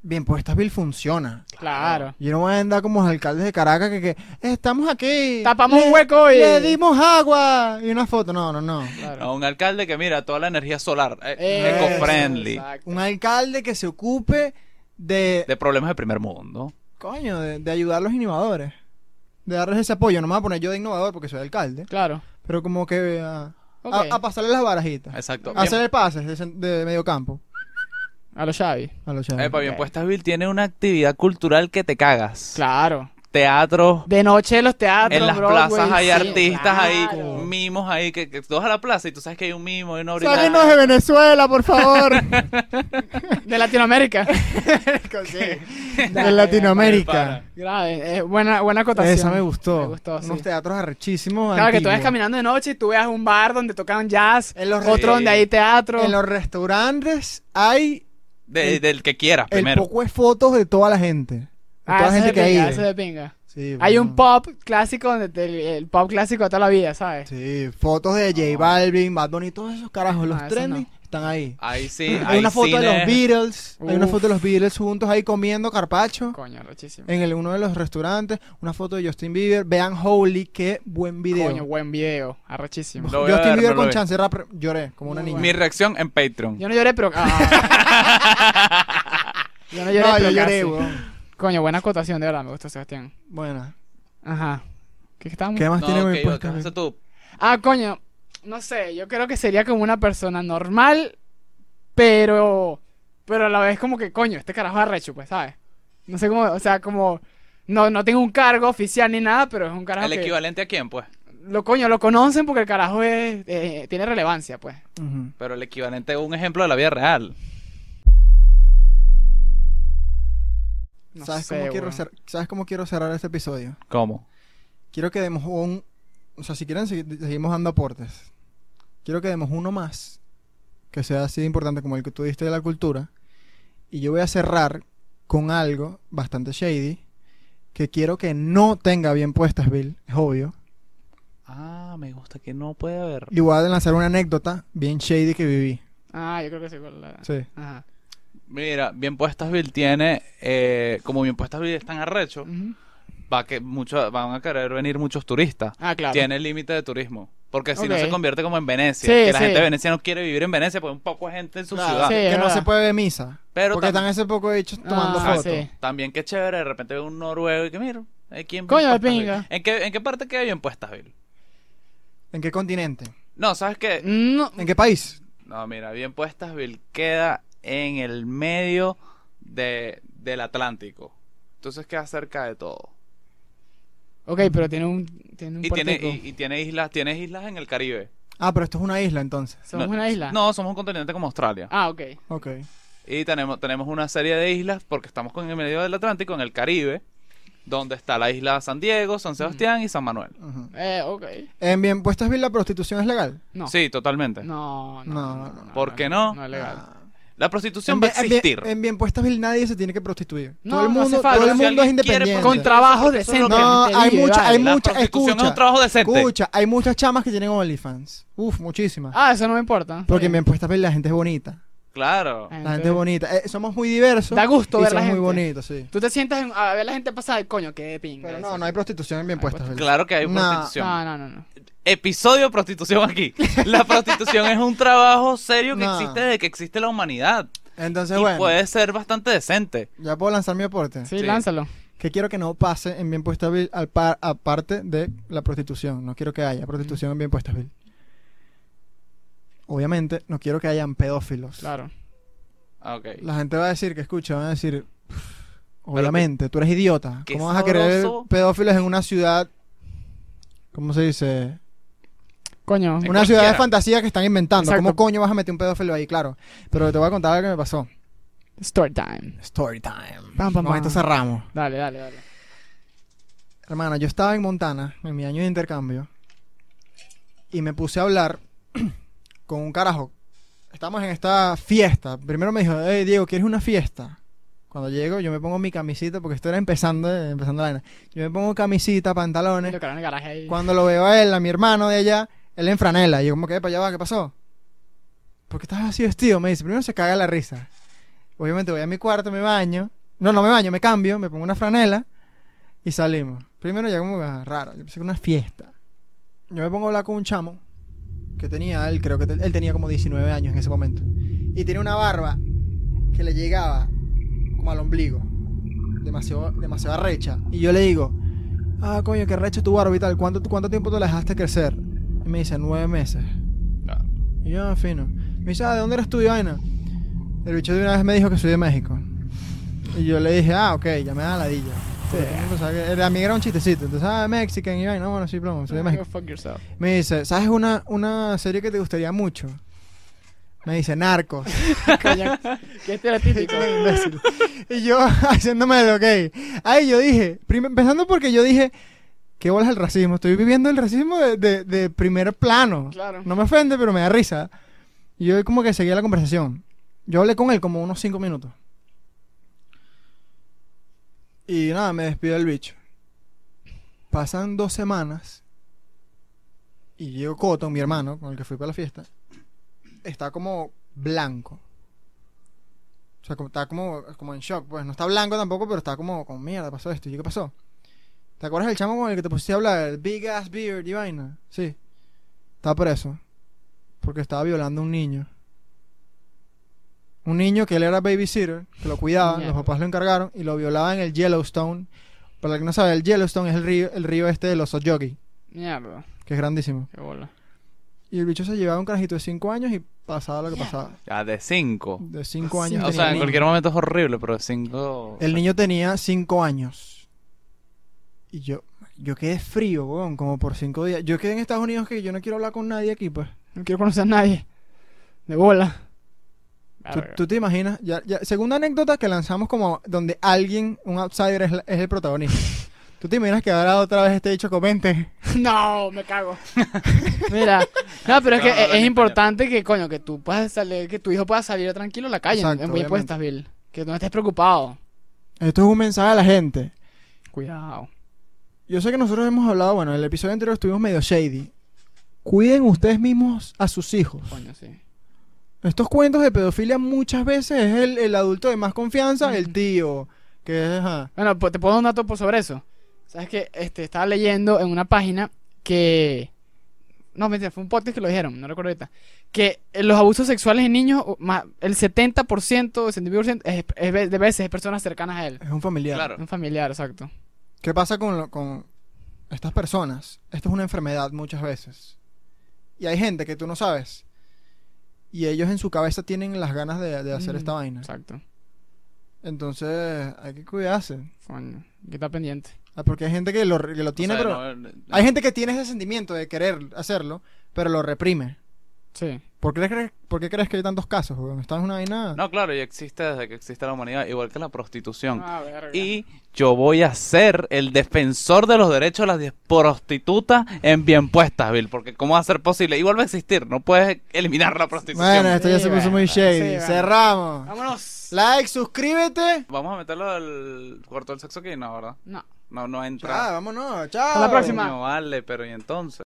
Speaker 1: Bien, pues esta Bill funciona.
Speaker 3: Claro.
Speaker 1: Yo no voy a andar como los alcaldes de Caracas que, que estamos aquí.
Speaker 3: Tapamos un hueco y-
Speaker 1: Le dimos agua y una foto. No, no, no.
Speaker 3: Claro.
Speaker 2: A un alcalde que mira toda la energía solar, eh,
Speaker 3: Eso,
Speaker 2: eco-friendly,
Speaker 3: exacto.
Speaker 1: Un alcalde que se ocupe de...
Speaker 2: de problemas de primer mundo.
Speaker 1: Coño, de, de ayudar a los innovadores. De darles ese apoyo. No me voy a poner yo de innovador porque soy alcalde.
Speaker 3: Claro.
Speaker 1: Pero como que... ah,
Speaker 3: Ok.
Speaker 1: a, a pasarle las barajitas.
Speaker 2: Exacto.
Speaker 1: A
Speaker 3: Ah,
Speaker 2: Bien,
Speaker 1: hacerle pases de, cen- de medio campo
Speaker 3: A los Xavi.
Speaker 1: a los chavos.
Speaker 2: epa, bien
Speaker 3: Ok.
Speaker 2: puestas, Bill, tiene una actividad cultural que te cagas.
Speaker 3: Claro.
Speaker 2: Teatro,
Speaker 3: De noche en los teatros,
Speaker 2: en las
Speaker 3: Broadway,
Speaker 2: plazas hay
Speaker 3: sí,
Speaker 2: artistas
Speaker 3: claro.
Speaker 2: ahí, mimos ahí, que, que tú vas a la plaza y tú sabes que hay un mimo y una orilla.
Speaker 1: Sáquenos de Venezuela, por
Speaker 3: [laughs]
Speaker 1: favor. [laughs]
Speaker 3: De Latinoamérica.
Speaker 1: de Latinoamérica.
Speaker 3: Grave. eh, buena, buena acotación.
Speaker 1: Esa me gustó.
Speaker 3: Me gustó, sí.
Speaker 1: Unos teatros arrechísimos.
Speaker 3: Claro que tú vayas
Speaker 1: antiguos.
Speaker 3: caminando de noche y tú veas un bar donde tocan jazz,
Speaker 1: En los
Speaker 3: otro
Speaker 2: Sí.
Speaker 3: donde hay teatro.
Speaker 1: En los restaurantes hay
Speaker 2: De-
Speaker 1: El-
Speaker 2: del que quieras
Speaker 1: el
Speaker 2: primero.
Speaker 1: poco de fotos de toda la gente. De
Speaker 3: Ah,
Speaker 1: toda la
Speaker 3: eso
Speaker 1: gente
Speaker 3: es de
Speaker 1: que ha
Speaker 3: pinga,
Speaker 1: ido.
Speaker 3: eso es de pinga.
Speaker 1: Sí,
Speaker 3: Hay
Speaker 1: bueno.
Speaker 3: un pop clásico, donde te- el pop clásico de toda la vida, ¿sabes?
Speaker 1: Sí, fotos de J Balvin, Bad Bunny, todos esos carajos. Los
Speaker 3: Ah, eso
Speaker 1: trending
Speaker 3: no.
Speaker 1: están ahí.
Speaker 2: Ahí
Speaker 3: [laughs]
Speaker 2: sí,
Speaker 1: Hay una foto de los
Speaker 2: Beatles.
Speaker 1: Beatles. Hay una
Speaker 3: Uf.
Speaker 1: foto de los Beatles juntos ahí comiendo carpacho.
Speaker 3: Coño, rochísimo.
Speaker 1: en el- uno de los restaurantes, una foto de Justin Bieber, vean Holy, qué buen video.
Speaker 3: Coño, buen video, arrachísimo.
Speaker 2: Lo voy a
Speaker 1: Justin
Speaker 2: ver,
Speaker 1: Bieber
Speaker 2: no lo
Speaker 1: con
Speaker 2: vi.
Speaker 1: Chance Rap lloré como una
Speaker 3: Muy
Speaker 1: niña.
Speaker 2: Mi reacción en Patreon.
Speaker 3: Yo no lloré, pero...
Speaker 2: [laughs]
Speaker 3: ah. yo no lloré,
Speaker 1: no,
Speaker 3: pero
Speaker 1: yo lloré,
Speaker 3: casi.
Speaker 1: weón.
Speaker 3: Coño, buena acotación, de verdad, me gustó Sebastián.
Speaker 1: Buena.
Speaker 3: Ajá. ¿Qué estábamos?
Speaker 1: ¿Qué más
Speaker 2: No,
Speaker 1: Ah, tiene
Speaker 2: ok,
Speaker 1: mi
Speaker 2: yo-
Speaker 1: puesto?
Speaker 2: ¿qué haces tú?
Speaker 3: Ah, coño, no sé, yo creo que sería como una persona normal, pero pero a la vez como que, coño, este carajo es arrecho, pues, ¿sabes? No sé cómo, o sea, como no no tengo un cargo oficial ni nada, pero es un carajo
Speaker 2: ¿El
Speaker 3: que
Speaker 2: equivalente a quién, pues?
Speaker 3: lo coño lo conocen porque el carajo es eh, tiene relevancia, pues.
Speaker 1: Ujú.
Speaker 2: Pero el equivalente a un ejemplo de la vida real.
Speaker 3: No
Speaker 1: ¿Sabes,
Speaker 3: sé,
Speaker 1: cómo quiero
Speaker 3: weón.
Speaker 1: cer- ¿Sabes cómo quiero cerrar este episodio?
Speaker 2: ¿Cómo?
Speaker 1: Quiero que demos un... O sea, si quieren, segui- seguimos dando aportes. Quiero que demos uno más, que sea así de importante como el que tú diste de la cultura. Y yo voy a cerrar con algo bastante shady, que quiero que no tenga bien puestas, Bill, es obvio.
Speaker 2: Ah, me gusta que no puede haber.
Speaker 1: Y voy a lanzar una anécdota bien shady que viví.
Speaker 3: Ah, yo creo que sí. con la-
Speaker 1: Sí.
Speaker 3: Ajá.
Speaker 2: Mira, Bien Puestas Bill tiene, eh, como Bien Puestas Bill es tan arrecho,
Speaker 3: Ujú.
Speaker 2: va que mucho, van a querer venir muchos turistas.
Speaker 3: Ah, claro.
Speaker 2: Tiene límite de turismo. Porque si no
Speaker 3: Ok.
Speaker 2: se convierte como en Venecia,
Speaker 3: Sí,
Speaker 2: que la
Speaker 3: sí.
Speaker 2: gente de Venecia no quiere vivir en Venecia porque hay un poco de gente en su
Speaker 1: Claro,
Speaker 2: ciudad.
Speaker 3: sí. es
Speaker 1: que no
Speaker 3: verdad.
Speaker 1: se puede ver misa.
Speaker 2: Pero
Speaker 1: porque
Speaker 2: tam-
Speaker 1: están ese poco de bichos tomando
Speaker 3: Ah,
Speaker 1: fotos.
Speaker 3: sí.
Speaker 2: también qué chévere, de repente ve un noruego y que mira, aquí en Bien
Speaker 3: Coño de
Speaker 2: Puestas Bill.
Speaker 3: pinga.
Speaker 2: ¿En qué, ¿En qué parte queda Bien Puestas Bill?
Speaker 1: ¿En qué continente?
Speaker 2: No, ¿sabes qué?
Speaker 3: No,
Speaker 1: ¿En qué país?
Speaker 2: No, mira, bien puestas, Bill queda en el medio de, del Atlántico. Entonces queda cerca de todo.
Speaker 3: ok, pero tiene un, tiene un
Speaker 2: Y tiene,
Speaker 3: puertico.
Speaker 2: y, y tiene islas, tienes islas en el Caribe.
Speaker 1: Ah, pero esto es una isla entonces.
Speaker 3: Somos
Speaker 2: no,
Speaker 3: una isla.
Speaker 2: No, somos un continente como Australia.
Speaker 3: Ah, ok.
Speaker 1: Ok.
Speaker 2: Y tenemos, tenemos una serie de islas, porque estamos con el medio del Atlántico, en el Caribe, donde está la isla San Diego,
Speaker 3: Mm.
Speaker 2: San Sebastián y San Manuel.
Speaker 1: Ujú.
Speaker 3: Eh, ok.
Speaker 1: En Bien Puestas Bill la prostitución es legal.
Speaker 3: No.
Speaker 2: Sí, totalmente.
Speaker 3: No, no,
Speaker 1: No,
Speaker 3: no,
Speaker 1: no,
Speaker 3: no,
Speaker 2: ¿por
Speaker 3: no,
Speaker 2: qué no?
Speaker 3: No es legal.
Speaker 1: Ah.
Speaker 2: La prostitución va a
Speaker 1: En bien- en bien-
Speaker 2: existir.
Speaker 1: En, bien puestas Bill nadie se tiene que prostituir.
Speaker 3: No,
Speaker 1: todo el
Speaker 3: no hace
Speaker 1: mundo,
Speaker 3: falta.
Speaker 1: todo el
Speaker 3: Si
Speaker 1: mundo es
Speaker 2: alguien quiere
Speaker 1: independiente.
Speaker 3: Con trabajos
Speaker 2: Eso es lo
Speaker 3: decentes.
Speaker 2: que-
Speaker 1: No,
Speaker 3: te
Speaker 1: hay
Speaker 3: digo,
Speaker 1: mucha-
Speaker 3: vale.
Speaker 1: hay
Speaker 2: la
Speaker 1: mucha-
Speaker 2: prostitución es
Speaker 1: escucha,
Speaker 2: un trabajo decente.
Speaker 1: Escucha, hay muchas chamas que tienen OnlyFans. Uf, muchísimas.
Speaker 3: Ah, eso no me importa.
Speaker 1: Porque en
Speaker 3: me
Speaker 1: bien puestas Bill la gente es bonita.
Speaker 2: Claro.
Speaker 1: La gente es bonita. Eh, somos muy diversos.
Speaker 3: Da gusto
Speaker 1: y
Speaker 3: ver la
Speaker 1: somos muy
Speaker 3: gente.
Speaker 1: bonitos, sí.
Speaker 3: Tú te sientas en- a ver la gente pasar, coño, qué pinga.
Speaker 1: Pero
Speaker 3: eso.
Speaker 1: no, no hay prostitución en bien
Speaker 3: Ay,
Speaker 1: puestas Bill.
Speaker 2: Claro que hay
Speaker 1: No.
Speaker 2: prostitución.
Speaker 3: No, no, no, no.
Speaker 2: Episodio de prostitución aquí. La prostitución es un trabajo serio que
Speaker 1: No.
Speaker 2: existe desde que existe la humanidad.
Speaker 1: Entonces,
Speaker 2: Y
Speaker 1: bueno,
Speaker 2: puede ser bastante decente.
Speaker 1: ya puedo lanzar mi aporte.
Speaker 3: Sí,
Speaker 2: Sí.
Speaker 3: lánzalo.
Speaker 1: Que quiero que no pase en bien puestas Bill al par- aparte de la prostitución. No quiero que haya prostitución en bien puestas Bill. Obviamente, no quiero que hayan pedófilos.
Speaker 3: Claro.
Speaker 2: Ah, ok.
Speaker 1: La gente va a decir que escucha, van a decir, "Pff, obviamente, tú eres idiota.
Speaker 2: qué
Speaker 1: ¿Cómo vas a querer
Speaker 2: sabroso".
Speaker 1: pedófilos en una ciudad, cómo se dice?
Speaker 3: Coño.
Speaker 1: Una
Speaker 2: cualquiera.
Speaker 1: ciudad de fantasía que están inventando.
Speaker 3: Exacto.
Speaker 1: ¿Cómo coño vas a meter un pedófilo ahí? Claro. Pero te voy a contar algo que me pasó.
Speaker 3: Story time.
Speaker 1: Story time.
Speaker 3: Pam,
Speaker 1: Con
Speaker 3: pam, pam.
Speaker 1: esto cerramos.
Speaker 3: Dale, dale, dale.
Speaker 1: Hermano, yo estaba en Montana en mi año de intercambio y me puse a hablar [clears throat] con un carajo. Estamos en esta fiesta. Primero me dijo, hey Diego, ¿quieres una fiesta? Cuando llego, yo me pongo mi camisita, porque esto era empezando, eh, empezando la vaina. Yo me pongo camisita, pantalones.
Speaker 3: Lo que era en el garaje ahí.
Speaker 1: Cuando lo veo a él, a mi hermano de allá, él en franela. Y yo como que, para allá va, ¿qué pasó? ¿Por qué estás así vestido? Me dice, primero se caga la risa. Obviamente voy a mi cuarto, me baño. No, no me baño, me cambio, me pongo una franela y salimos. Primero ya como ah, raro, yo pensé que era una fiesta. Yo me pongo a hablar con un chamo que tenía, él creo que te- él tenía como 19 años en ese momento. Y tenía una barba que le llegaba como al ombligo. Demasiado, demasiado arrecha. Y yo le digo, ah, coño, qué arrecha tu barba y tal. ¿Cuánto, ¿Cuánto tiempo tú la dejaste crecer? Y me dice, nueve meses.
Speaker 2: Ah.
Speaker 1: Y yo, "Ah, fino. Me dice, ah, ¿de dónde eres tú, y vaina? El bicho de una vez me dijo que soy de México. Y yo le dije, ah, ok, ya me da ladilla. Porque todo el mundo sabe que- era- A mí era un chistecito. Entonces, ah, Mexican, y vaina, no, bueno, sí, plomo, soy de
Speaker 3: Go
Speaker 1: México.
Speaker 3: fuck yourself. [laughs]
Speaker 1: Me dice, ¿sabes una, una serie que te gustaría mucho? Me dice, Narcos.
Speaker 3: Coño. Qué estereotípico.
Speaker 1: [laughs] Imbécil. Y yo [laughs] haciéndome el ok. Ahí yo dije, prim- empezando porque yo dije, ¿qué bolas el racismo? Estoy viviendo el racismo de, de- de primer plano.
Speaker 3: Claro.
Speaker 1: No me ofende, pero me da risa. Y yo como que seguía la conversación. Yo hablé con él como unos cinco minutos. Y nada, me despido del bicho. Pasan dos semanas. Y yo Cotton, mi hermano, con el que fui para la fiesta, está como blanco. O sea, como- está como, como en shock. Pues no está blanco tampoco, pero está como, como mierda, pasó esto. ¿Y yo, qué pasó? ¿Te acuerdas del chamo con el que te pusiste a hablar? El Big Ass Beard y vaina. Sí. Está preso. Porque estaba violando a un niño. Un niño que él era babysitter, que lo cuidaban, los
Speaker 3: Mierda.
Speaker 1: papás lo encargaron y lo violaban en el Yellowstone. Para el que no sabe, el Yellowstone es el río, el río este de los Ojogi,
Speaker 3: Mierda.
Speaker 1: que es grandísimo.
Speaker 3: Qué bola.
Speaker 1: Y el bicho se llevaba un carajito de 5 años y pasaba lo que pasaba.
Speaker 2: Ya, de cinco.
Speaker 1: De 5 años.
Speaker 2: O
Speaker 1: tenía
Speaker 2: sea,
Speaker 1: el
Speaker 2: en
Speaker 1: niño.
Speaker 2: cualquier momento es horrible, pero de cinco.
Speaker 1: El niño tenía 5 años. Y yo, yo quedé frío, weón, como por 5 días. Yo quedé en Estados Unidos que yo no quiero hablar con nadie aquí, pues.
Speaker 3: No quiero conocer a nadie. De bola.
Speaker 1: ¿Tú,
Speaker 3: Verga.
Speaker 1: tú te imaginas? Ya, ya- segunda anécdota que lanzamos como donde alguien, un outsider, es, la- es el protagonista. ¿Tú te imaginas que ahora otra vez este dicho comente? [laughs]
Speaker 3: No, me cago. [laughs] Mira, no, pero es que
Speaker 2: No, no,
Speaker 3: es,
Speaker 2: no, ni
Speaker 3: importante que, coño, que tú puedas salir, que tu hijo pueda salir tranquilo a la calle
Speaker 1: Exacto,
Speaker 3: en bien puestas, Bill. Que no estés preocupado.
Speaker 1: Esto es un mensaje a la gente.
Speaker 3: Cuidado.
Speaker 1: Yo sé que nosotros hemos hablado, bueno, en el episodio anterior estuvimos medio shady. Cuiden ustedes mismos a sus hijos.
Speaker 3: Coño, sí.
Speaker 1: Estos cuentos de pedofilia muchas veces es el, el adulto de más confianza, el
Speaker 3: Ujú.
Speaker 1: tío, que es... ajá.
Speaker 3: Bueno, pues, te puedo dar un dato por sobre eso. Sabes que este, estaba leyendo en una página que. No, mentira, fue un podcast que lo dijeron, no recuerdo ahorita. Que eh, los abusos sexuales en niños, o más- el 70%, o 69% es, es ve- de veces es personas cercanas a él.
Speaker 1: Es un familiar.
Speaker 2: Claro.
Speaker 3: Un familiar, exacto.
Speaker 1: ¿Qué pasa con, lo- con estas personas? Esto es una enfermedad muchas veces. y hay gente que tú no sabes. Y ellos en su cabeza tienen las ganas de, de hacer
Speaker 3: Mm,
Speaker 1: esta vaina.
Speaker 3: Exacto.
Speaker 1: Entonces, hay que cuidarse.
Speaker 3: Coño, hay que estar pendiente.
Speaker 1: Ah, Porque hay gente que lo, que lo tiene,
Speaker 2: O sea,
Speaker 1: pero.
Speaker 2: no- eh,
Speaker 1: Hay gente que tiene ese sentimiento de querer hacerlo, pero lo reprime.
Speaker 3: Sí.
Speaker 1: ¿Por qué, crees- por qué crees que hay tantos casos? weón? Esta es una vaina.
Speaker 2: No, claro, y existe desde que existe la humanidad, igual que la prostitución.
Speaker 3: Ah, verga.
Speaker 2: Y yo voy a ser el defensor de los derechos de las diez- prostitutas en bien puestas, Bill, porque ¿cómo va a ser posible? Igual va a existir, no puedes eliminar la prostitución.
Speaker 1: bueno, esto ya
Speaker 3: Sí,
Speaker 1: se puso
Speaker 3: bueno,
Speaker 1: muy
Speaker 3: sí,
Speaker 1: shady.
Speaker 3: bueno.
Speaker 1: Cerramos.
Speaker 3: Vámonos.
Speaker 1: Like, suscríbete.
Speaker 2: Vamos a meterlo al corto del sexo aquí, no, ¿verdad?
Speaker 3: No.
Speaker 2: No, no entra.
Speaker 1: Ah, Chao, vámonos. Chao.
Speaker 3: Hasta la próxima.
Speaker 2: Coño, vale, pero ¿y entonces?